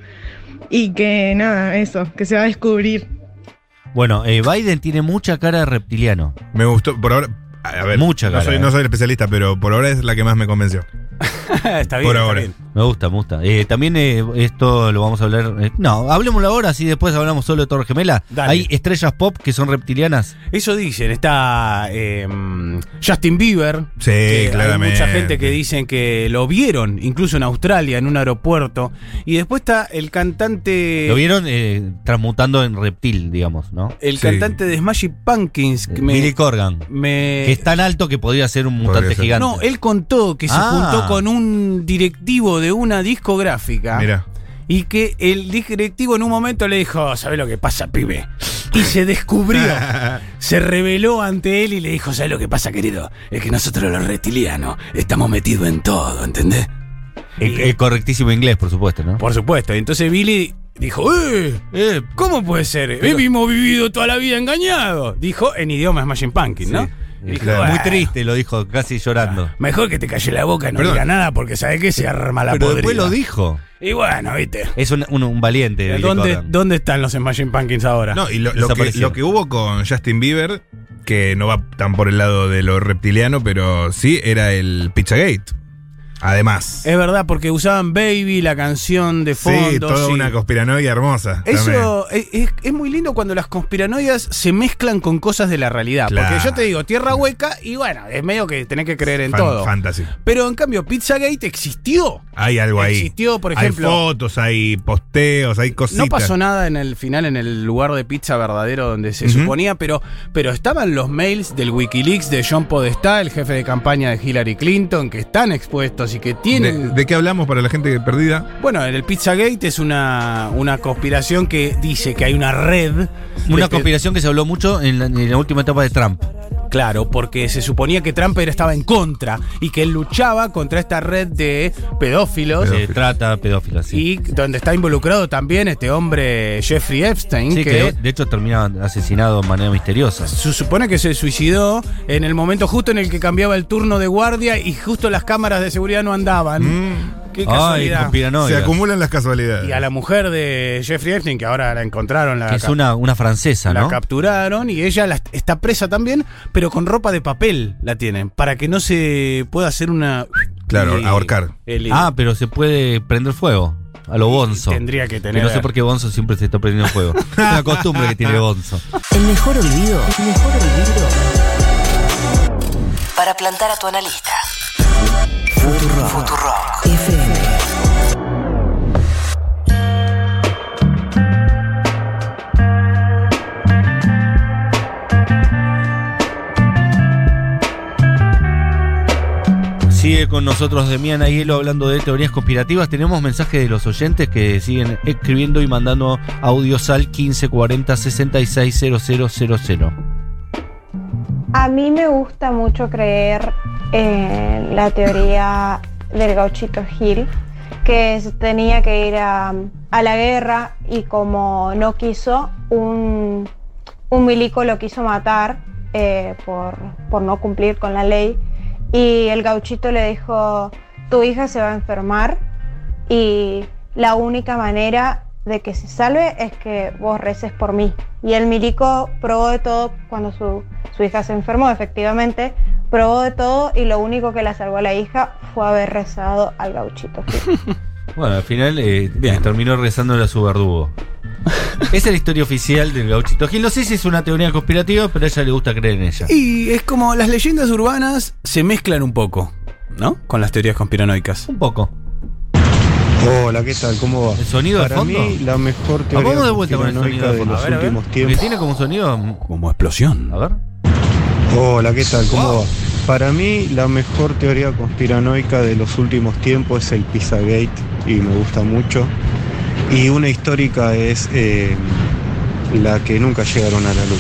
K: y que nada, eso, que se va a descubrir.
B: Bueno, eh, Biden tiene mucha cara de reptiliano.
D: Me gustó, por ahora. A ver,
B: Mucha
D: no
B: cara,
D: soy,
B: eh.
D: no soy el especialista, pero por ahora es la que más me convenció.
C: está bien.
D: Por
C: está
D: ahora.
C: bien.
B: Me gusta, me gusta. Eh, también eh, esto lo vamos a hablar. eh, no, hablemoslo ahora, así después hablamos solo de Torre Gemela.
C: Dale.
B: Hay estrellas pop que son reptilianas.
C: Eso dicen, está eh, Justin Bieber.
D: Sí,
C: que
D: claramente.
C: Hay mucha gente que dicen que lo vieron, incluso en Australia, en un aeropuerto. Y después está el cantante.
B: Lo vieron eh, transmutando en reptil, digamos, ¿no?
C: El
D: Sí.
C: cantante de Smashing Pumpkins. que me-
B: Billy Corgan.
C: me-
B: que es tan alto que podría ser un mutante
D: podría ser.
B: gigante.
C: no, él contó que se
B: Ah.
C: juntó con un directivo de una discográfica.
D: Mira.
C: Y que el directivo en un momento le dijo, ¿sabes lo que pasa, pibe? Y se descubrió, se reveló ante él y le dijo, ¿sabes lo que pasa, querido? Es que nosotros los reptilianos estamos metidos en todo, ¿entendés?
B: El, el correctísimo inglés, por supuesto, ¿no?
C: Eh, Por supuesto. Y entonces Billy dijo, ¡eh!
B: Eh,
C: ¿Cómo puede ser? Hemos vivido toda la vida engañados. Dijo en idioma Smashing Pumpkin, ¿no?
D: Sí,
C: Y dijo,
D: claro.
B: muy
C: "Ah,
B: triste, lo dijo, casi llorando.
C: Mejor que te calle la boca y no
D: Perdón.
C: diga nada porque sabes que se arma la
B: Pero después
C: podrida".
B: lo dijo.
C: Y bueno, viste.
B: Es un, un- un valiente. Billy
C: Eh, ¿Dónde,
B: Corgan.
C: ¿Dónde están los Smashing Pumpkins ahora?
D: No, y lo, lo que,
B: Desaparecieron.
D: lo que hubo con Justin Bieber, que no va tan por el lado de lo reptiliano, pero sí era el Pizzagate. Además.
C: Es verdad, porque usaban Baby, la canción de fondo.
D: sí, toda
C: sí.
D: una conspiranoia hermosa. también.
C: Eso es, es- es muy lindo cuando las conspiranoias se mezclan con cosas de la realidad.
D: Claro.
C: Porque yo te digo, tierra hueca, y bueno, es medio que tenés que creer en
D: Fan-
C: todo.
D: Fantasy.
C: Pero en cambio, Pizzagate existió.
D: Hay algo ahí.
C: Existió, por ejemplo-
D: Hay fotos, hay posteos, hay cositas.
C: No pasó nada en el final en el lugar de pizza verdadero donde se
D: Ujú.
C: suponía, pero, pero estaban los mails del Wikileaks de John Podestá, el jefe de campaña de Hillary Clinton, que están expuestos y que
D: ¿De,
C: tienen.
D: de qué hablamos para la gente perdida?
C: Bueno, el Pizzagate es una, una conspiración que dice que hay una red.
B: Una
C: Este,
B: conspiración que se habló mucho en la, en la última etapa de Trump.
C: Claro, porque se suponía que Trump era- estaba en contra y que él luchaba contra esta red de pedófilos.
B: Se trata pedófilos, sí.
C: Y donde está involucrado también este hombre Jeffrey Epstein,
B: Sí,
C: que
B: que de hecho terminaba asesinado de manera misteriosa.
C: Se supone que se suicidó en el momento justo en el que cambiaba el turno de guardia y justo las cámaras de seguridad no andaban. Qué
B: Mm. Ay,
C: casualidad.
D: Se
B: conspiranoia.
D: acumulan las casualidades.
C: y a la mujer de Jeffrey Epstein, que ahora la encontraron, la,
B: Que es
C: cap-
B: una, una francesa,
C: la
B: ¿no?
C: capturaron y ella la- está presa también, pero con ropa de papel la tienen, para que no se pueda hacer una...
D: Claro,
C: y-
D: ahorcar.
C: el-
B: Ah, pero se puede prender fuego. A lo bonzo.
C: Tendría que
B: Que
C: tener...
B: no sé por qué Bonzo siempre se está prendiendo fuego. es una costumbre que tiene Bonzo.
A: El mejor olvido. El mejor olvido. Para plantar a tu analista. Futuro. FM.
B: Sigue con nosotros Demian Aiello hablando de teorías conspirativas. Tenemos mensajes de los oyentes que siguen escribiendo y mandando audios al 1540 660000.
L: A mí me gusta mucho creer en la teoría del gauchito Gil, que se tenía que ir a, a la guerra y como no quiso, un, un milico lo quiso matar eh, por, por no cumplir con la ley. Y el gauchito le dijo, tu hija se va a enfermar y la única manera de que se salve es que vos reces por mí. Y el milico probó de todo cuando su, su hija se enfermó, efectivamente, probó de todo y lo único que la salvó a la hija fue haber rezado al gauchito.
B: Bueno, al final eh,
C: Bien.
B: terminó rezándole a su verdugo. Esa es la historia oficial del gauchito Gil. No sé si es una teoría conspirativa, pero a ella le gusta creer en ella.
C: Y es como las leyendas urbanas se mezclan un poco, ¿no? Con las teorías conspiranoicas.
B: Un poco.
M: Hola, ¿qué tal? ¿Cómo va?
B: ¿El sonido de
M: Para
B: fondo?
M: mí, la mejor
B: Ah,
M: teoría
B: Vamos de vuelta con el sonido
M: conspiranoica
B: de
M: de
B: fondo.
M: los
B: A ver, a ver.
M: últimos
B: Que
M: tiempos.
B: tiene como un sonido. mm,
C: Como explosión.
B: A ver.
M: Hola, ¿qué tal? ¿Cómo
B: Wow.
M: va? Para mí, la mejor teoría conspiranoica de los últimos tiempos es el Pizzagate y me gusta mucho. Y una histórica es eh, la que nunca llegaron a la luz.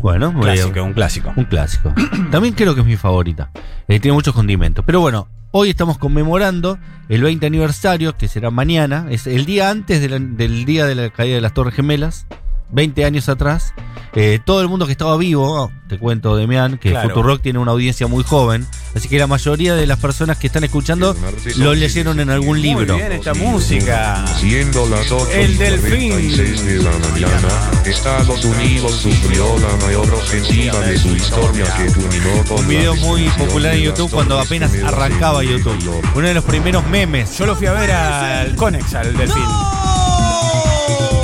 B: Bueno, muy
C: Clásico,
B: bien.
C: un clásico.
B: Un clásico. También creo que es mi favorita. Eh, tiene muchos condimentos. Pero bueno, hoy estamos conmemorando el 20 aniversario, que será mañana. Es el día antes de la- del día de la caída de las Torres Gemelas. 20 años atrás. Eh, todo el mundo que estaba vivo, oh, te cuento, Demián, que
C: Claro.
B: Futurock tiene una audiencia muy joven. Así que la mayoría de las personas que están escuchando lo leyeron en algún libro.
C: Muy bien esta música.
N: Siendo las 8
C: El
N: y
C: delfín.
N: 46 de la mañana, Estados Unidos sufrió la mayor ofensiva de su historia que culminó con
B: Un
N: la
B: video muy
N: destrucción
B: popular en
N: de
B: YouTube
N: las
B: cuando
N: torres
B: apenas
N: gemelas en
B: arrancaba
N: Nueva
B: YouTube.
N: York.
B: Uno de los primeros memes.
C: Yo lo fui a ver al Conex, al delfín.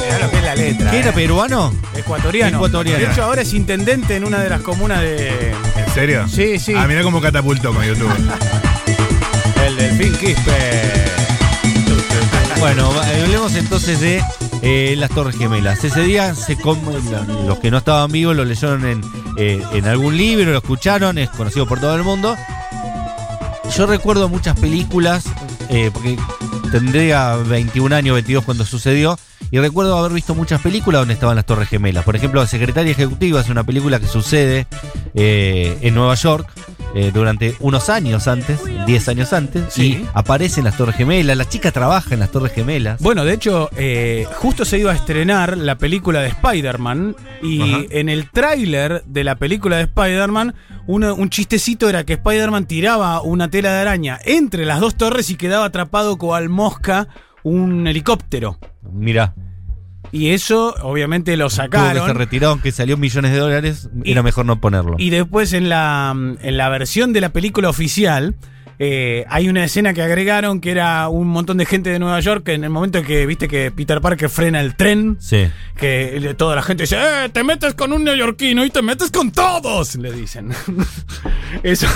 C: Mirá lo que es la letra.
B: ¿Qué era
C: eh.
B: peruano?
C: Ecuatoriano.
B: Ecuatoriano.
C: De hecho, ahora es intendente en una de las comunas de.
D: ¿En serio?
C: Sí, sí.
D: Ah, mirá cómo catapultó con YouTube.
C: El delfín Quispe.
B: Bueno, eh, hablemos entonces de eh, las Torres Gemelas. Ese día se com- la- los que no estaban vivos lo leyeron en, eh, en algún libro, lo escucharon, es conocido por todo el mundo. Yo recuerdo muchas películas, eh, porque tendría 21 años, 22 cuando sucedió, y recuerdo haber visto muchas películas donde estaban las Torres Gemelas. Por ejemplo, Secretaria Ejecutiva es una película que sucede eh, en Nueva York eh, durante unos años antes, 10 años antes, y aparecen las Torres Gemelas, la chica trabaja en las Torres Gemelas.
C: Bueno, de hecho, eh, justo se iba a estrenar la película de Spider-Man y
B: Ajá.
C: en el tráiler de la película de Spider-Man, una- un chistecito era que Spider-Man tiraba una tela de araña entre las dos torres y quedaba atrapado cual mosca un helicóptero.
B: Mira,
C: Y eso obviamente lo
B: tuvo que se
C: sacaron.
B: retiraron, que salió millones de dólares,
C: Y-
B: era mejor no ponerlo.
C: Y después en la, en la versión de la película oficial... eh, hay una escena que agregaron que era un montón de gente de Nueva York que en el momento que viste que Peter Parker frena el tren
B: sí.
C: que le- toda la gente dice, "Eh, te metes con un neoyorquino y te metes con todos, le dicen. Eso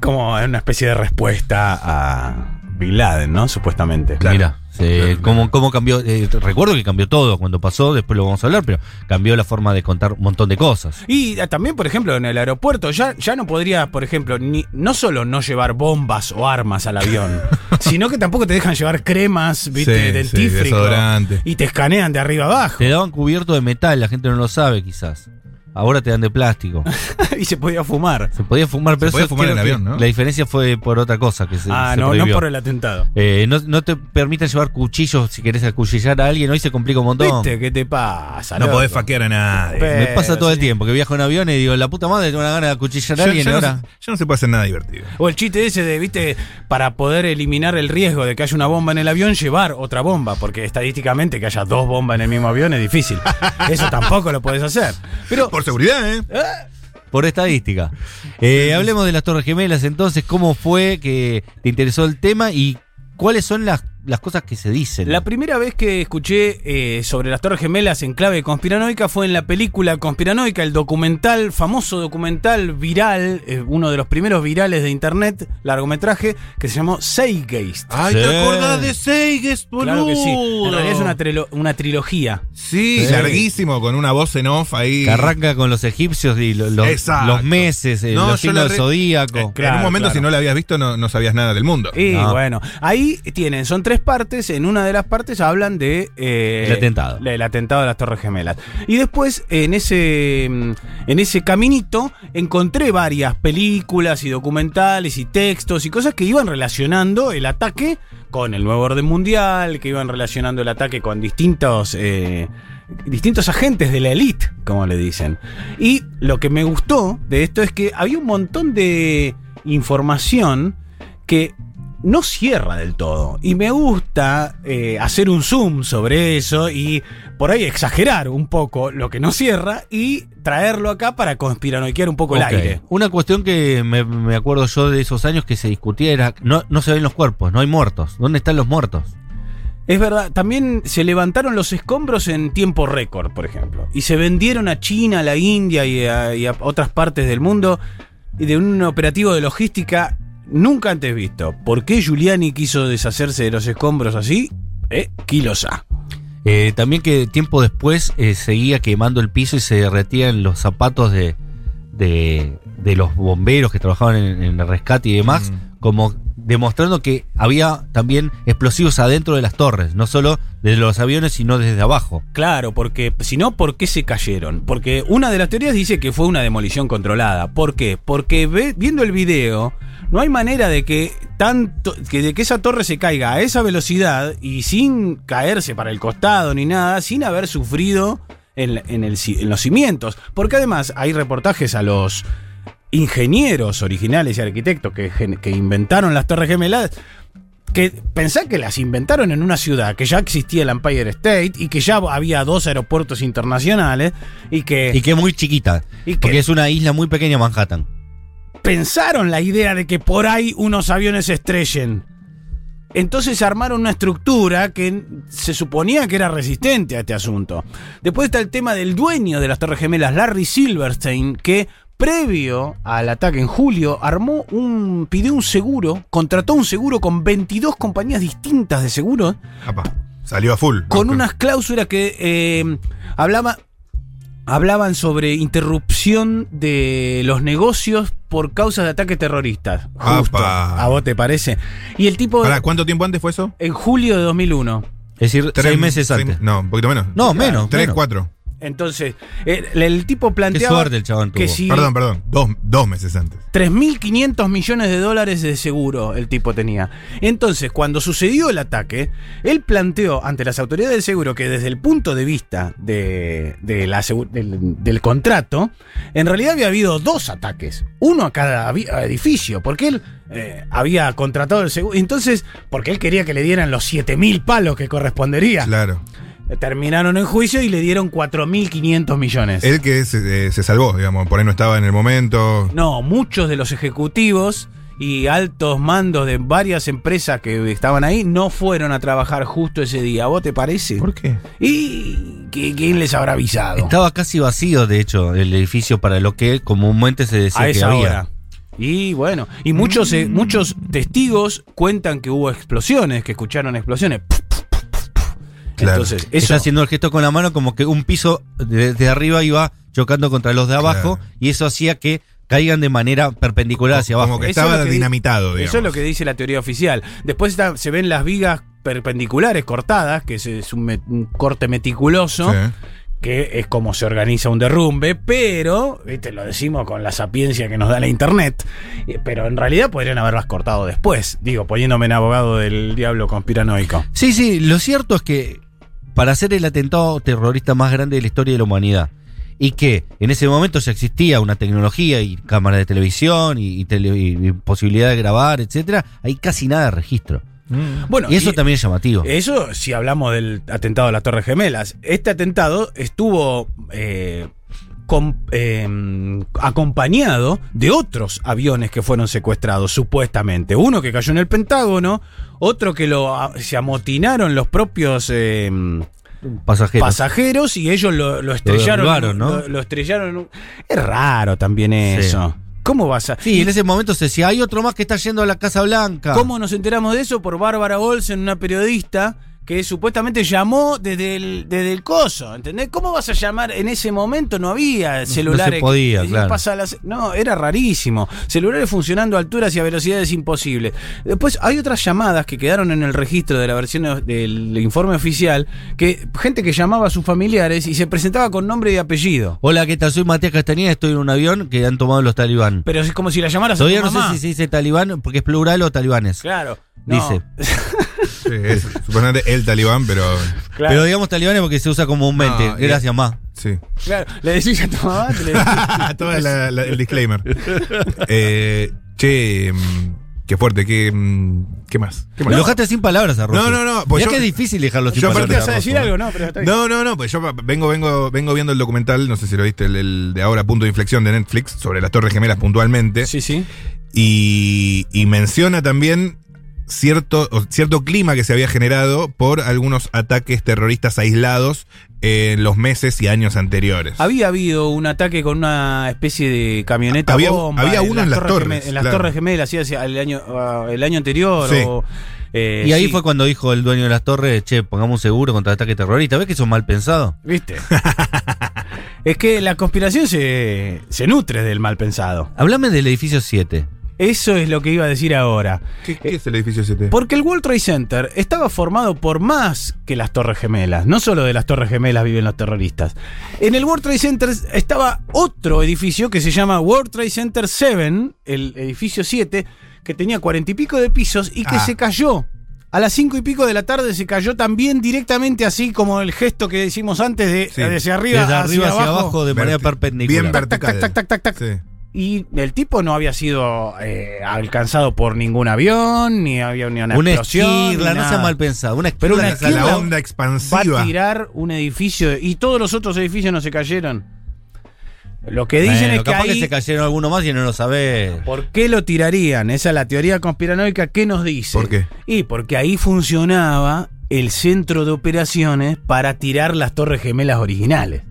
C: como una especie de respuesta a Bin Laden, ¿no? Supuestamente.
B: Mira, eh, cómo, cómo cambió. eh, recuerdo que cambió todo cuando pasó, después lo vamos a hablar, pero cambió la forma de contar un montón de cosas.
C: Y eh, también, por ejemplo, en el aeropuerto ya, ya no podría, por ejemplo, ni, no solo no llevar bombas o armas al avión, sino que tampoco te dejan llevar cremas, viste,
D: Sí, sí,
C: dentífrico.
D: desodorante.
C: y te escanean de arriba abajo.
B: Te daban cubierto de metal, la gente no lo sabe quizás. Ahora te dan de plástico.
C: y se podía fumar.
B: Se podía fumar, pero
D: Se podía
B: eso
D: fumar
B: creo
D: en el
B: que
D: avión, ¿no?
B: La diferencia fue por otra cosa que se,
C: ah,
B: se
C: no, no
B: prohibió.
C: por el atentado.
B: Eh, no, no te permiten llevar cuchillos si querés acuchillar a alguien, hoy se complica un montón.
C: ¿Viste? ¿Qué te pasa?
D: No
C: loco?
D: podés faquear a nadie.
C: Pero,
B: Me pasa todo el tiempo que viajo en avión y digo, la puta madre, tengo una gana de acuchillar a
D: Ya,
B: alguien
D: ya no
B: ahora.
D: se, ya no se puede hacer nada divertido.
C: O el chiste ese de, viste, para poder eliminar el riesgo de que haya una bomba en el avión, llevar otra bomba, porque estadísticamente que haya dos bombas en el mismo avión es difícil. Eso tampoco lo podés hacer. Pero
D: Por seguridad, ¿eh?
B: por estadística. Eh, hablemos de las Torres Gemelas entonces, ¿cómo fue que te interesó el tema y cuáles son las, las cosas que se dicen?
C: la primera vez que escuché eh, sobre las Torres Gemelas en clave conspiranoica fue en la película Conspiranoica, el documental, famoso documental viral, eh, uno de los primeros virales de internet, largometraje, que se llamó Seigeist.
D: Ah,
B: Ay, ¿te Sí. acordás de
D: Seiges,
C: Claro que sí. En realidad es una, trilo- una trilogía.
D: Sí,
B: Sí.
D: larguísimo, con una voz en off ahí.
B: que arranca con los egipcios y lo- lo-
D: Exacto.
B: los meses, eh,
D: No,
B: los
D: yo
B: signos
D: la
B: del
D: re-
B: zodíaco.
D: Eh, en
C: claro,
D: un momento,
C: claro.
D: si no la habías visto, no, no sabías nada del mundo.
C: Y
B: No.
C: bueno, ahí tienen, son tres partes. En una de las partes hablan de. eh,
B: El atentado.
C: la- El atentado de las Torres Gemelas. Y después, en ese, mm, en ese caminito, encontré varias películas y documentales y textos y cosas que iban relacionando el ataque con el nuevo orden mundial, que iban relacionando el ataque con distintos. eh, distintos agentes de la élite, como le dicen. Y lo que me gustó de esto es que había un montón de información que no cierra del todo. Y me gusta eh, hacer un zoom sobre eso y por ahí exagerar un poco lo que no cierra y traerlo acá para conspiranoiquear un poco
B: Ok.
C: el aire.
B: Una cuestión que me, me acuerdo yo de esos años que se discutía era, no, no se ven los cuerpos, no hay muertos. ¿Dónde están los muertos?
C: Es verdad, también se levantaron los escombros en tiempo récord, por ejemplo. Y se vendieron a China, a la India y a, y a otras partes del mundo y de un operativo de logística nunca antes visto. ¿Por qué Giuliani quiso deshacerse de los escombros así? Eh, kilos A.
B: Eh, también que tiempo después eh, seguía quemando el piso y se derretían los zapatos
C: Mm.
B: de, de, de los bomberos que trabajaban en, en el rescate y demás, como demostrando que había también explosivos adentro de las torres, no solo de los aviones, sino desde abajo.
C: Claro, porque si no, ¿por qué se cayeron? Porque una de las teorías dice que fue una demolición controlada. ¿Por qué? Porque ve- viendo el video, no hay manera de que tanto que de que esa torre se caiga a esa velocidad y sin caerse para el costado ni nada, sin haber sufrido en, la- en el ci- en los cimientos. Porque además hay reportajes a los ingenieros originales y arquitectos que, gen- que inventaron las torres gemelas que pensá que las inventaron en una ciudad que ya existía el Empire State y que ya había dos aeropuertos internacionales y que
B: Y que es muy chiquita.
C: Eh. ¿Y
B: porque
C: qué?
B: es una isla muy pequeña, Manhattan.
C: pensaron la idea de que por ahí unos aviones se estrellen. Entonces armaron una estructura que se suponía que era resistente a este asunto. Después está el tema del dueño de las Torres Gemelas, Larry Silverstein, que previo al ataque en julio armó un pidió un seguro, contrató un seguro con 22 compañías distintas de seguros
D: Apa, salió a full.
C: con unas cláusulas que eh, hablaba, hablaban sobre interrupción de los negocios por causa de ataques terroristas. Justo.
D: Apa.
C: ¿A vos te parece? Y el tipo.
D: Pará, ¿cuánto tiempo antes fue eso?
C: En julio de 2001.
B: Es decir, seis meses
D: seis-
B: antes.
D: no, un poquito menos.
B: No, menos,
D: Tres,
B: menos.
D: cuatro.
C: Entonces, eh, el, el tipo planteaba.
B: suerte el chabón
C: que
B: tuvo.
C: si
D: Perdón, perdón. Dos, dos meses antes.
C: 3.500 millones de dólares de seguro el tipo tenía. Entonces, cuando sucedió el ataque, él planteó ante las autoridades del seguro que desde el punto de vista de, de la segu- del, del contrato, en realidad había habido dos ataques, uno a cada avi- edificio, porque él eh, había contratado el seguro. Entonces, porque él quería que le dieran los 7.000 palos que correspondería.
D: Claro.
C: Terminaron en juicio y le dieron 4.500 millones.
D: Él que se, eh, se salvó, digamos. Por ahí no estaba en el momento.
C: No, muchos de los ejecutivos y altos mandos de varias empresas que estaban ahí no fueron a trabajar justo ese día. ¿A vos te parece?
D: ¿Por qué?
C: ¿Y qué- quién les habrá avisado?
B: Estaba casi vacío, de hecho, el edificio para lo que comúnmente se decía
C: a
B: que
C: esa
B: había.
C: hora. Y bueno, y muchos, eh, muchos testigos cuentan que hubo explosiones, que escucharon explosiones.
D: Claro.
C: Entonces, eso.
B: Está haciendo el gesto con la mano como que un piso desde arriba iba chocando contra los de abajo y eso hacía que caigan de manera perpendicular hacia abajo.
D: Como que
C: Eso es
D: estaba
C: lo que di-
D: dinamitado, digamos.
C: Eso es lo que dice la teoría oficial. Después está- se ven las vigas perpendiculares cortadas, que es, es un, me- un corte meticuloso.
D: Sí.
C: que es como se organiza un derrumbe, pero, viste, lo decimos con la sapiencia que nos da la internet, eh, pero en realidad podrían haberlas cortado después, digo, poniéndome en abogado del diablo conspiranoico.
B: Sí, sí, lo cierto es que para hacer el atentado terrorista más grande de la historia de la humanidad y que en ese momento ya existía una tecnología y cámaras de televisión y, y tele- y posibilidad de grabar, etcétera, hay casi nada de registro.
C: Bueno, eh,
B: y eso también es llamativo.
C: Eso si hablamos del atentado a las Torres Gemelas. Este atentado estuvo eh, com- eh, acompañado de otros aviones que fueron secuestrados, supuestamente. Uno que cayó en el Pentágono, otro que lo a- se amotinaron los propios eh,
B: pasajeros.
C: pasajeros y ellos lo, lo estrellaron.
B: derribaron, ¿no?
C: lo, lo estrellaron. en un- Es raro también eso. ¿Cómo vas a.?
B: sí, en ese momento se decía, hay otro más que está yendo a la Casa Blanca.
C: ¿Cómo nos enteramos de eso? Por Bárbara Olsen, una periodista que supuestamente llamó desde el, desde el coso, ¿entendés? ¿Cómo vas a llamar? En ese momento no había celulares.
B: se podía,
C: que-
B: claro.
C: pasa las- no, era rarísimo. Celulares funcionando a alturas y a velocidades imposibles. Después hay otras llamadas que quedaron en el registro de la versión o- del informe oficial, que gente que llamaba a sus familiares y se presentaba con nombre y apellido.
B: Hola, ¿qué tal? Soy Matías Castañeda, estoy en un avión que han tomado los talibán.
C: Pero es como si la llamaras
B: Todavía
C: a tu
B: no sé
C: mamá.
B: si se dice talibán porque es plural o talibanes.
C: Claro. no.
B: Dice.
D: Sí, es supuestamente el talibán, pero.
C: Claro.
B: Pero digamos talibanes porque se usa comúnmente.
D: No, Ah, y-
B: Gracias, ma.
D: Sí.
C: Claro, le decís a tu mamá, te le
D: Todo la- la- el disclaimer. Eh, che, mm, qué fuerte, qué, mm, qué más. ¿Qué
B: Lo
D: más?
B: dejaste sin palabras a Rossi.
D: No, no, no, pues
B: Mirá
D: yo-
B: que es difícil dejarlo sin
D: yo aparte
B: palabras.
D: vas a
B: Rossi,
D: decir
B: ¿eh?
C: no, pero está bien.
D: No, no, no, pues yo vengo, vengo, vengo viendo el documental, no sé si lo viste, el, el de ahora punto de inflexión de Netflix, sobre las Torres Gemelas puntualmente.
C: Sí, sí.
D: Y, y menciona también cierto, o cierto clima que se había generado por algunos ataques terroristas aislados en los meses y años anteriores.
C: Había habido un ataque con una especie de camioneta
D: Había-
C: bomba.
D: había uno en las torres,
C: geme- en las
D: claro.
C: torres gemelas, sí, hacia el año, ah, el año anterior.
D: Sí.
C: o, eh,
B: Y ahí
C: sí.
B: fue cuando dijo el dueño de las torres, che, pongamos un seguro contra ataque terrorista. ¿Ves que son mal pensados?
C: ¿Viste? es que la conspiración se, se nutre del mal pensado.
B: Hablame del edificio 7.
C: Eso es lo que iba a decir ahora.
D: ¿Qué, qué es el edificio 7?
C: Porque el World Trade Center estaba formado por más que las Torres Gemelas. No solo de las Torres Gemelas viven los terroristas. En el World Trade Center estaba otro edificio que se llama World Trade Center 7, el edificio 7, que tenía cuarenta y pico de pisos y que
D: Ah.
C: se cayó. A las cinco y pico de la tarde se cayó también directamente así como el gesto que decimos antes de
D: Sí.
C: de hacia arriba,
B: Desde
C: hacia,
B: arriba hacia abajo,
C: abajo
B: de manera
D: Verti-
B: perpendicular.
D: Bien vertical.
C: tac, tac, tac, tac.
D: Sí.
C: Y el tipo no había sido eh, alcanzado por ningún avión, ni había ni una
B: una
C: explosión. ni
B: esquirla, no
C: nada.
B: sea mal pensado. Una
C: Pero
B: esquirla.
C: una
D: Gracias a la
C: esquirla
D: onda
C: va a
D: expansiva.
C: tirar un edificio y todos los otros edificios no se cayeron. Lo que dicen
B: Bueno,
C: es que
B: capaz que
C: ahí,
B: se cayeron algunos más y no lo sabés.
C: ¿por qué lo tirarían? Esa es la teoría conspiranoica que nos dice.
D: ¿Por qué?
C: Y porque ahí funcionaba el centro de operaciones para tirar las torres gemelas originales.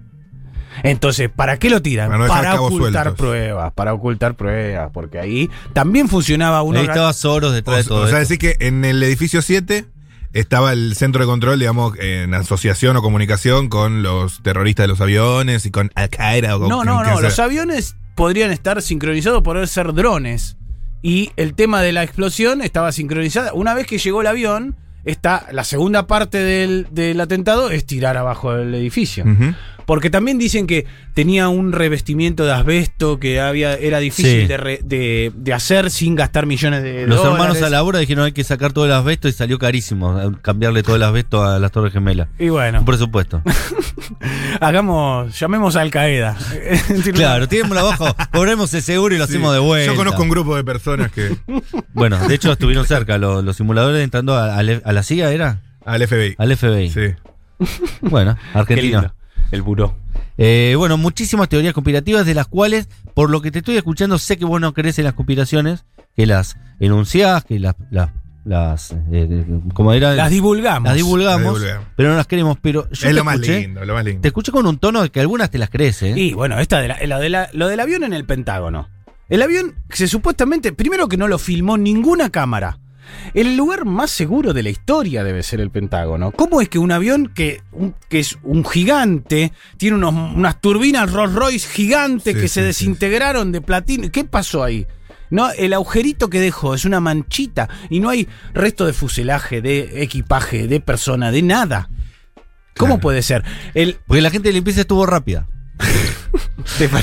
C: Entonces, ¿para qué lo tiran?
D: Para no dejar
C: para
D: cabos
C: ocultar
D: sueltos.
C: pruebas, para ocultar pruebas, porque ahí también funcionaba una
B: Ahí
C: orga-
B: estaba Soros
D: O,
B: detrás de todo.
D: o sea,
B: esto.
D: decir que en el edificio 7 estaba el centro de control, digamos, en asociación o comunicación con los terroristas de los aviones y con Al Qaeda o con
C: No,
D: con
C: no,
D: quien
C: no.
D: sea.
C: Los aviones podrían estar sincronizados por ser drones. Y el tema de la explosión estaba sincronizada. Una vez que llegó el avión, está la segunda parte del, del atentado es tirar abajo del edificio.
D: Ujú.
C: Porque también dicen que tenía un revestimiento de asbesto que había, era difícil
B: Sí.
C: de, re- de- de hacer sin gastar millones de
B: Los
C: dólares.
B: hermanos a la obra dijeron hay que sacar todo el asbesto y salió carísimo eh, cambiarle todo el asbesto a las Torres Gemelas.
C: Y bueno,
B: Un presupuesto.
C: hagamos, llamemos a Al Qaeda.
B: claro, tirémoslo abajo, cobremos el seguro y lo
D: Sí.
B: hacemos de vuelta.
D: Yo conozco un grupo de personas que.
B: Bueno, de hecho estuvieron cerca lo- los, simuladores entrando a, a la- a la CIA, ¿era?
D: al FBI.
B: Al FBI.
D: Sí.
B: Bueno,
C: Qué lindo,
B: Argentina.
C: El buró.
B: Eh, bueno, muchísimas teorías conspirativas de las cuales, por lo que te estoy escuchando, sé que vos no crees en las conspiraciones, que las enunciás, que las... las, las eh, eh, ¿cómo era?
C: Las divulgamos.
B: Las divulgamos,
D: Las divulgamos.
B: pero no las queremos. Pero yo
D: es
B: te
D: lo más
B: escuché-
D: lindo, lo más lindo.
B: Te escuché con un tono de que algunas te las crees, ¿eh?
C: Y bueno, esta de la- la de la- lo del avión en el Pentágono. El avión se supuestamente, primero que no lo filmó ninguna cámara. El lugar más seguro de la historia debe ser el Pentágono. ¿Cómo es que un avión que, un- que es un gigante, tiene unos- unas turbinas Rolls Royce gigantes
D: Sí,
C: que
D: sí,
C: se
D: sí,
C: desintegraron de platino? ¿Qué pasó ahí? No, el agujerito que dejó es una manchita y no hay resto de fuselaje, de equipaje, de persona, de nada. ¿Cómo
D: Claro.
C: puede ser? El,
B: Porque la gente de limpieza estuvo rápida.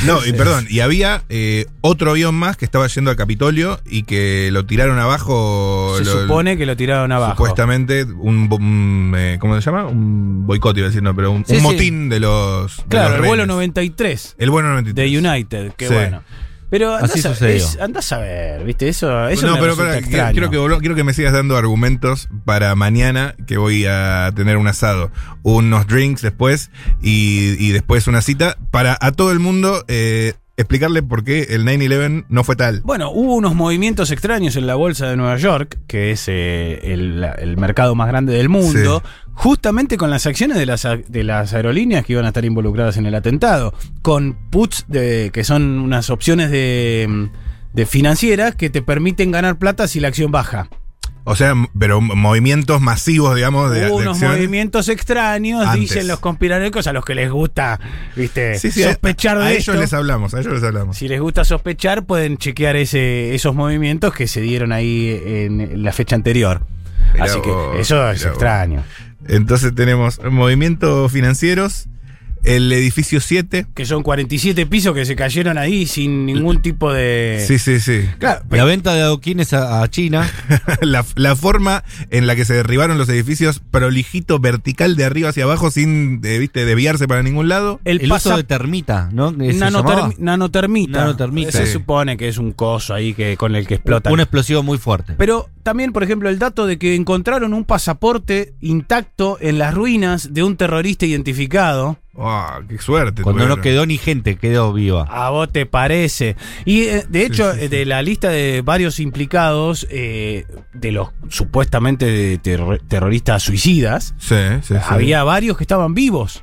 D: No, y perdón, y había eh, otro avión más que estaba yendo al Capitolio y que lo tiraron abajo.
C: Se
D: lo-
C: supone que lo tiraron abajo.
D: Supuestamente, un, bo- un, eh, ¿cómo se llama? Un boicot, iba a decir, no, pero un,
B: Sí,
D: un
B: sí.
D: motín de los. de
C: Claro,
D: los
C: el vuelo
D: rehenes.
C: 93
D: El vuelo 93.
C: de United, qué
D: Sí.
C: bueno. Pero
B: Así
C: andás a,
B: sucedió.
C: es- andás a ver, ¿viste? Eso, eso
D: no,
C: me
D: pero
C: resulta
D: pará, quiero,
C: extraño.
D: quiero que, volv- quiero que me sigas dando argumentos para mañana que voy a tener un asado, unos drinks después y, y después una cita para a todo el mundo eh, explicarle por qué el 9-11 no fue tal.
C: Bueno, hubo unos movimientos extraños en la bolsa de Nueva York, que es eh, el, la- el mercado más grande del mundo, justamente con las acciones de las, a- de las aerolíneas que iban a estar involucradas en el atentado, con puts, de, que son unas opciones de, mm, de financieras que te permiten ganar plata si la acción baja.
D: O sea, m- pero m- movimientos masivos, digamos, de, de
C: Hubo unos
D: acciones.
C: movimientos extraños,
D: Antes.
C: dicen los conspiranoicos, a los que les gusta, viste,
D: Sí, sí, a-
C: sospechar
D: a,
C: de
D: ellos
C: esto.
D: les hablamos, a ellos les hablamos.
C: Si les gusta sospechar, pueden chequear ese, esos movimientos que se dieron ahí en la fecha anterior.
D: Mirá
C: Así que
D: vos,
C: eso es
D: mirá vos.
C: extraño.
D: Entonces tenemos movimientos financieros, el edificio 7.
C: Que son 47 pisos que se cayeron ahí sin ningún tipo de...
D: Sí, sí, sí.
C: Eh. Claro,
B: La venta de adoquines a, a China.
D: la, la forma en la que se derribaron los edificios prolijito vertical de arriba hacia abajo sin eh, viste desviarse para ningún lado
C: el,
B: El,
C: pasa-
B: uso de termita, ¿no? Eh, ¿Se
C: nanoterm-
B: llamaba?
C: nanotermita.
B: Nanotermita.
C: Se
D: Sí.
C: supone que es un coso ahí que con el que explota.
B: Un explosivo muy fuerte.
C: Pero también, por ejemplo, el dato de que encontraron un pasaporte intacto en las ruinas de un terrorista identificado.
D: Ah, qué suerte
B: Cuando no
D: tuvieron.
B: quedó ni gente, quedó viva.
C: A vos te parece. Y eh, de hecho,
D: Sí, sí,
C: eh, de la lista de varios implicados, eh, de los supuestamente de terro- terroristas suicidas,
D: sí, sí, sí.
C: había varios que estaban vivos.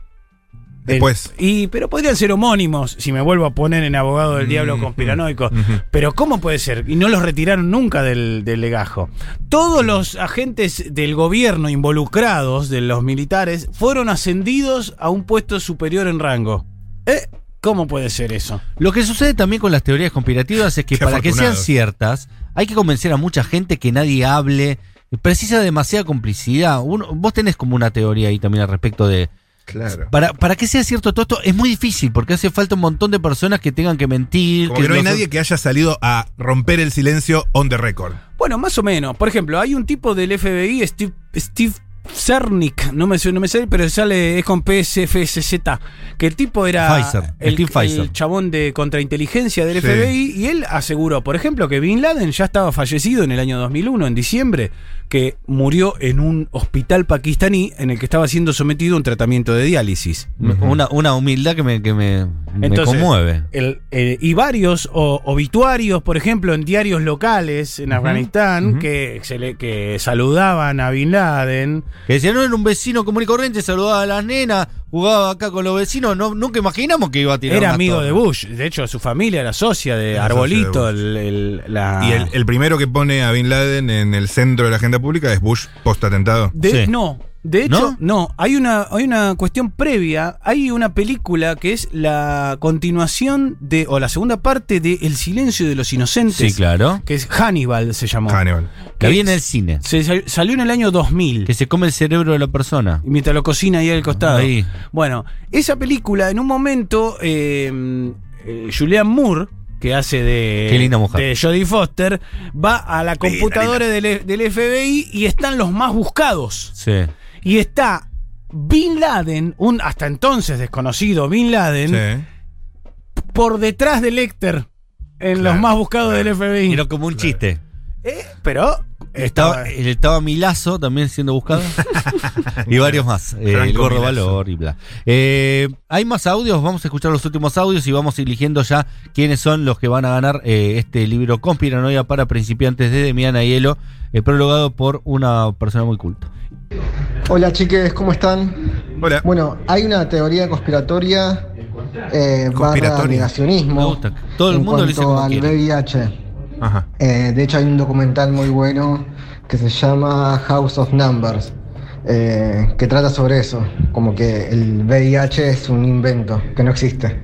D: después
C: Eh, y, pero podrían ser homónimos, si me vuelvo a poner en abogado del diablo
D: Mm,
C: conspiranoico.
D: ujú.
C: Pero ¿cómo puede ser? Y no los retiraron nunca del, del legajo. Todos los agentes del gobierno involucrados, de los militares, fueron ascendidos a un puesto superior en rango. ¿Eh? ¿Cómo puede ser eso?
B: Lo que sucede también con las teorías conspirativas es que
C: Qué
B: para que sean
C: afortunados.
B: ciertas, hay que convencer a mucha gente que nadie hable. Precisa demasiada complicidad. Uno- vos tenés como una teoría ahí también al respecto de.
D: Claro.
B: Para, para que sea cierto todo esto es muy difícil porque hace falta un montón de personas que tengan que mentir.
D: Como que no hay
B: los-
D: nadie que haya salido a romper el silencio on the record.
C: Bueno, más o menos. Por ejemplo, hay un tipo del FBI, Steve, Steve Cernik, no me, su- no me sale, pero sale, es con PSFSZ, que el tipo era
B: Pfizer,
C: el,
B: Steve Pfizer.
C: el chabón de contrainteligencia del
B: Sí.
C: FBI y él aseguró, por ejemplo, que Bin Laden ya estaba fallecido en el año 2001, en diciembre, que murió en un hospital pakistaní en el que estaba siendo sometido a un tratamiento de diálisis.
B: Una, una humildad que me, que me, me
C: Entonces,
B: conmueve.
C: el- el- y varios o- obituarios, por ejemplo, en diarios locales en Afganistán que, se le- que saludaban a Bin Laden.
B: Que decían, no era un vecino común y corriente, saludaba a las nenas, jugaba acá con los vecinos. No, nunca imaginamos que iba a tirar.
C: Era
B: una
C: amigo
B: torre.
C: de Bush. De hecho, su familia era socia de
D: Era
C: Arbolito.
D: socia
C: el- el- la-
D: Y
B: Ah.
D: el, el primero que pone a Bin Laden en el centro de la agenda pública es Bush post-atentado.
C: de- No. De hecho, no, hay, una, hay una cuestión previa. Hay una película que es la continuación de, o la segunda parte de El silencio de los inocentes.
B: Sí, claro.
C: Que es Hannibal, se llamó.
D: Hannibal.
B: Que había en
C: es-
B: el cine.
C: Se sal- salió en el año 2000.
B: Que se come el cerebro de la persona.
C: Y mientras lo cocina ahí al costado.
B: Ahí.
C: Bueno, esa película, en un momento, eh, eh, Julianne Moore, que hace de,
B: Qué linda mujer.
C: de Jodie Foster, va a la computadora del, del FBI y están los más buscados.
B: Sí.
C: Y está Bin Laden, un hasta entonces desconocido Bin Laden,
D: Sí.
C: por detrás de Lecter, en los
B: Claro,
C: más buscados del FBI.
B: Era como un chiste.
C: Eh, Pero
B: Estaba, estaba Milazo también siendo buscado. y varios más. Eh,
D: Franco
B: el gordo
D: Milazo.
B: valor y bla. Eh, Hay más audios, vamos a escuchar los últimos audios y vamos eligiendo ya quiénes son los que van a ganar eh, este libro Conspiranoia para principiantes de Demiana Hielo, eh, prologado por una persona muy culta.
O: Hola chiques, ¿cómo están?
D: Hola.
O: Bueno, hay una teoría conspiratoria eh, barra
B: Conspiratoria. Me
O: negacionismo
B: gusta. Todo el
O: en
B: mundo lo dice
O: cuanto
B: como
O: al
B: quiere.
O: VIH.
D: Ajá.
O: Eh, de hecho hay un documental muy bueno que se llama House of Numbers, eh, que trata sobre eso, como que el VIH es un invento, que no existe.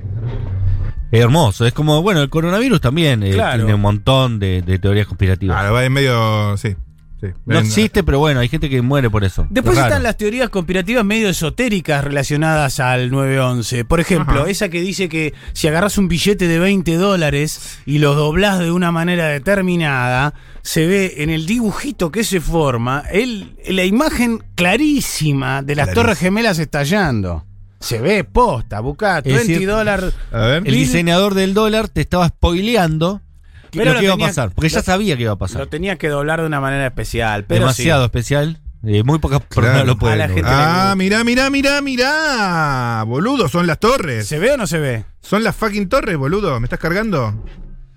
B: Hermoso, es como, bueno, el coronavirus también eh,
D: Claro.
B: tiene un montón de, de teorías conspirativas.
D: Ah, va en medio. Sí. sí.
B: no
D: En-
B: existe, pero bueno, hay gente que muere por eso.
C: Después
B: Raro.
C: están las teorías conspirativas medio esotéricas relacionadas al 911. Por ejemplo,
B: Ajá.
C: esa que dice que si agarras un billete de 20 dólares y lo doblás de una manera determinada, se ve en el dibujito que se forma el, la imagen clarísima de las
B: Clarísima.
C: Torres Gemelas estallando. Se ve posta, bucá,
B: Es
C: 20
B: decir,
C: dólares.
D: A ver.
B: El diseñador del dólar te estaba spoileando
C: Pero
B: lo
C: lo
B: que iba a
C: tenía-
B: pasar. Porque ya
C: lo-
B: sabía que iba a pasar.
C: Lo tenías que doblar de una manera especial. Pero
B: Demasiado
C: sí.
B: especial. eh, muy pocas
D: Claro.
B: personas lo pueden.
C: la gente
B: lograr.
D: Ah, mirá, mirá, mirá, mirá. Boludo, son las torres.
C: ¿Se ve o no se ve?
D: Son las fucking torres, boludo. ¿Me estás cargando?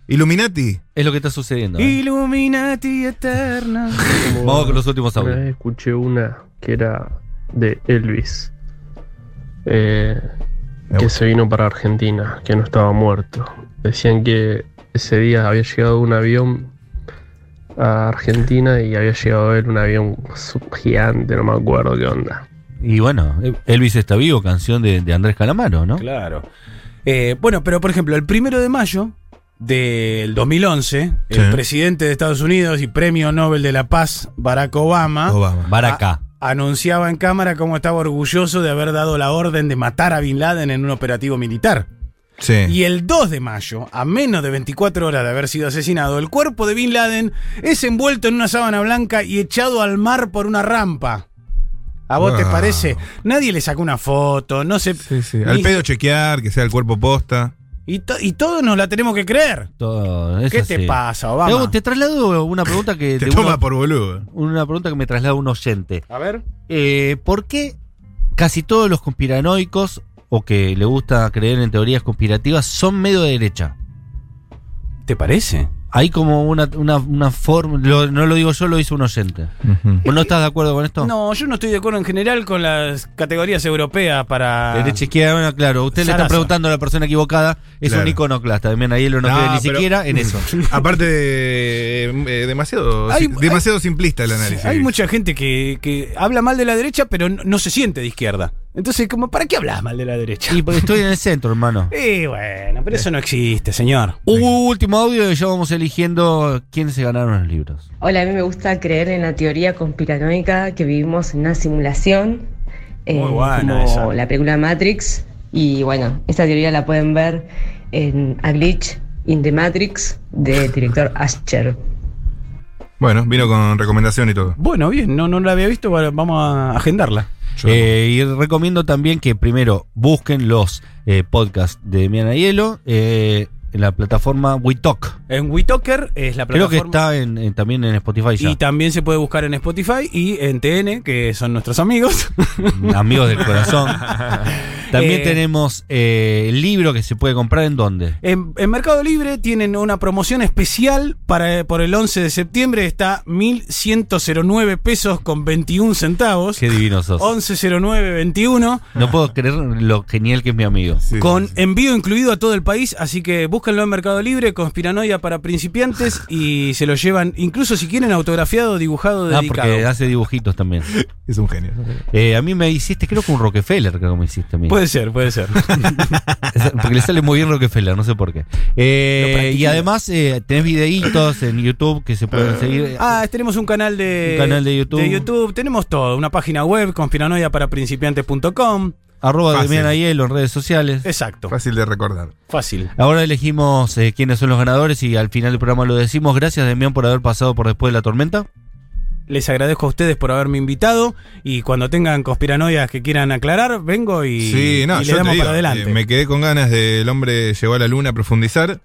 D: Illuminati.
B: Es lo que está sucediendo. ¿eh?
C: Illuminati eterna.
B: Vamos con los últimos
P: Una
B: audios.
P: vez escuché una que era de Elvis, eh, que se vino para Argentina, que no estaba muerto. Decían que ese día había llegado un avión a Argentina y había llegado él un avión sub- gigante, no me acuerdo qué onda.
B: Y bueno, Elvis está vivo, canción de, de Andrés Calamaro, ¿no?
C: Claro. Eh, bueno, pero por ejemplo, el primero de mayo del 2011,
B: Sí.
C: el presidente de Estados Unidos y premio Nobel de la Paz, Barack
B: Ah.
C: Obama,
D: Obama.
B: Baracá.
C: a- anunciaba en cámara cómo estaba orgulloso de haber dado la orden de matar a Bin Laden en un operativo militar.
D: Sí.
C: Y el 2 de mayo, a menos de 24 horas de haber sido asesinado, el cuerpo de Bin Laden es envuelto en una sábana blanca y echado al mar por una rampa. ¿A vos te
D: Wow.
C: parece? Nadie le sacó una foto, no se...
D: Sí, sí. Al
C: ni-
D: pedo chequear, que sea el cuerpo posta.
C: y, to- y todos nos la tenemos que creer.
B: Todo, es
C: ¿Qué te
B: así.
C: pasa,
B: Te,
C: Obama?
B: hago- te traslado una pregunta que.
D: Te
B: de
D: toma
B: uno-
D: por boludo.
B: Una pregunta que me traslada un oyente.
C: A ver.
B: Eh, ¿Por qué casi todos los conspiranoicos o que le gusta creer en teorías conspirativas son medio de derecha?
C: ¿Te parece?
B: Hay como una, una, una forma, lo- no lo digo yo, lo hizo un oyente. ¿Vos no estás de acuerdo con esto?
C: No, yo no estoy de acuerdo en general con las categorías europeas para...
B: Derecha izquierda, bueno, claro. Usted le está
C: Zarazo.
B: preguntando a la persona equivocada, es
D: Claro.
B: un iconoclasta. También ahí él no cree ni
D: pero-
B: siquiera en eso.
D: Aparte, eh, demasiado,
C: Hay-
D: demasiado simplista el análisis.
C: Hay mucha gente que, que habla mal de la derecha, pero no, no se siente de izquierda. Entonces, como, ¿para qué hablas mal de la derecha?
B: Y Eh. porque estoy en el centro, hermano.
C: Y bueno, pero eso no existe, señor.
B: Último audio y ya vamos eligiendo quiénes se ganaron los libros.
Q: Hola, a mí me gusta creer en la teoría conspiranoica que vivimos en una simulación, eh,
C: Muy buena
Q: como
C: esa.
Q: la película Matrix. Y bueno, esta teoría la pueden ver en A Glitch in the Matrix del director Asher.
D: Bueno, vino con recomendación y todo.
C: Bueno, bien, no, no la había visto, bueno, vamos a agendarla.
B: Eh, y recomiendo también que primero busquen los eh, podcasts de Miana Hielo eh, en la plataforma WeTalk.
C: En WeTalker es la
B: Creo
C: plataforma.
B: que está en- en- también en Spotify ya.
C: Y también se puede buscar en Spotify y en TN, que son nuestros amigos.
B: Amigos del corazón. También
C: Eh,
B: tenemos eh, el libro que se puede comprar en dónde.
C: En, en Mercado Libre tienen una promoción especial para por el 11 de septiembre. Está 1.109 pesos con 21 centavos.
B: Qué divino sos.
C: 11.09.21
B: No puedo creer lo genial que es mi amigo.
C: con envío incluido a todo el país. Así que búsquenlo en Mercado Libre, Conspiranoia para principiantes y se lo llevan, incluso si quieren, autografiado, dibujado,
B: Ah,
C: dedicado.
B: porque hace dibujitos también.
D: Es un genio.
B: Eh, a mí me hiciste, creo que un Rockefeller, creo que me hiciste a mí.
C: Puede ser, puede ser.
B: Porque le sale muy bien Rockefeller, no sé por qué. Eh,
C: Lo practiqué.
B: y además eh, tenés videitos en YouTube que se pueden seguir.
C: Ah, tenemos un canal de,
B: Un canal de YouTube.
C: Tenemos todo. Una página web, conspiranoia para principiantes.com.
B: Arroba
C: fácil.
B: Demian Aiello en redes sociales.
C: Exacto.
D: Fácil de recordar.
C: Fácil.
B: Ahora elegimos eh, quiénes son los ganadores y al final del programa lo decimos. Gracias, Demian, por haber pasado por después de la tormenta.
C: Les agradezco a ustedes por haberme invitado. Y cuando tengan conspiranoias que quieran aclarar, vengo y,
D: sí, no,
C: y
D: yo
C: le
D: te
C: damos
D: digo,
C: para adelante.
D: eh, me quedé con ganas del hombre llegó a la luna a profundizar.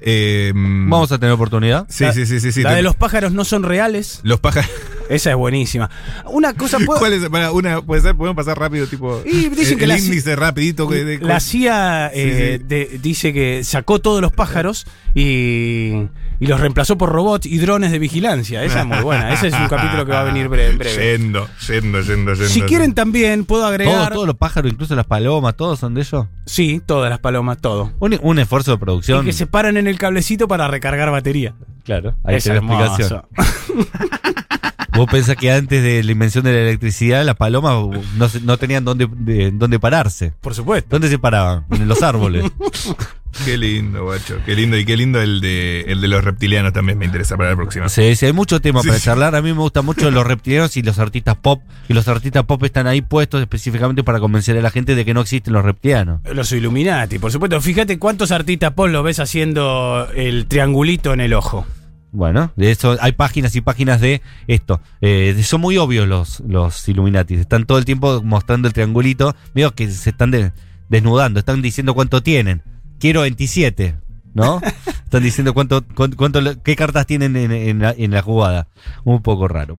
D: Eh,
B: Vamos a tener oportunidad.
D: Sí, sí, sí, sí, sí.
C: La
D: te-
C: de los pájaros no son reales.
D: los pájaros.
C: Esa es buenísima. Una cosa puedo.
D: ¿Cuál es? Para, una, puede ser, podemos pasar rápido, tipo.
C: Y dicen
D: el,
C: que
D: el
C: la-
D: índice rapidito. Que, de-
C: La CIA eh,
D: Sí,
C: de- dice que sacó todos los pájaros y, y los reemplazó por robots y drones de vigilancia. Esa es muy buena. Ese es un capítulo que va a venir bre- en breve.
D: Ah, Yendo, yendo, yendo, yendo.
C: Si quieren también puedo
B: Todos,
C: agregar...
B: todos los pájaros, incluso las palomas, todos son de ellos.
C: Sí, todas las palomas, todo.
B: Un, un esfuerzo de
C: Y
B: producción.
C: que se paran en el cablecito para recargar batería.
B: Claro, ahí
C: Es
B: está la
C: hermoso.
B: explicación. Vos pensás que antes de la invención de la electricidad, las palomas no, se- no tenían dónde, de- dónde pararse.
C: Por supuesto.
B: ¿Dónde se paraban? En los árboles.
D: Qué lindo, guacho. Qué lindo. Y qué lindo el de, el de los reptilianos también me interesa para la próxima.
B: Sí, sí, hay mucho tema
D: Sí,
B: para
D: sí.
B: charlar. A mí me gustan mucho los reptilianos y los artistas pop. Y los artistas pop están ahí puestos específicamente para convencer a la gente de que no existen los reptilianos.
C: Los Illuminati, por supuesto. Fíjate cuántos artistas pop los ves haciendo el triangulito en el ojo.
B: Bueno, de eso hay páginas y páginas de esto. Eh, de- son muy obvios los, los Illuminati. Están todo el tiempo mostrando el triangulito. Veo que se están de- desnudando, están diciendo cuánto tienen. Quiero 27, ¿no? están diciendo cuánto, cuán- cuánto, qué cartas tienen en, en la, en la jugada. Un poco raro.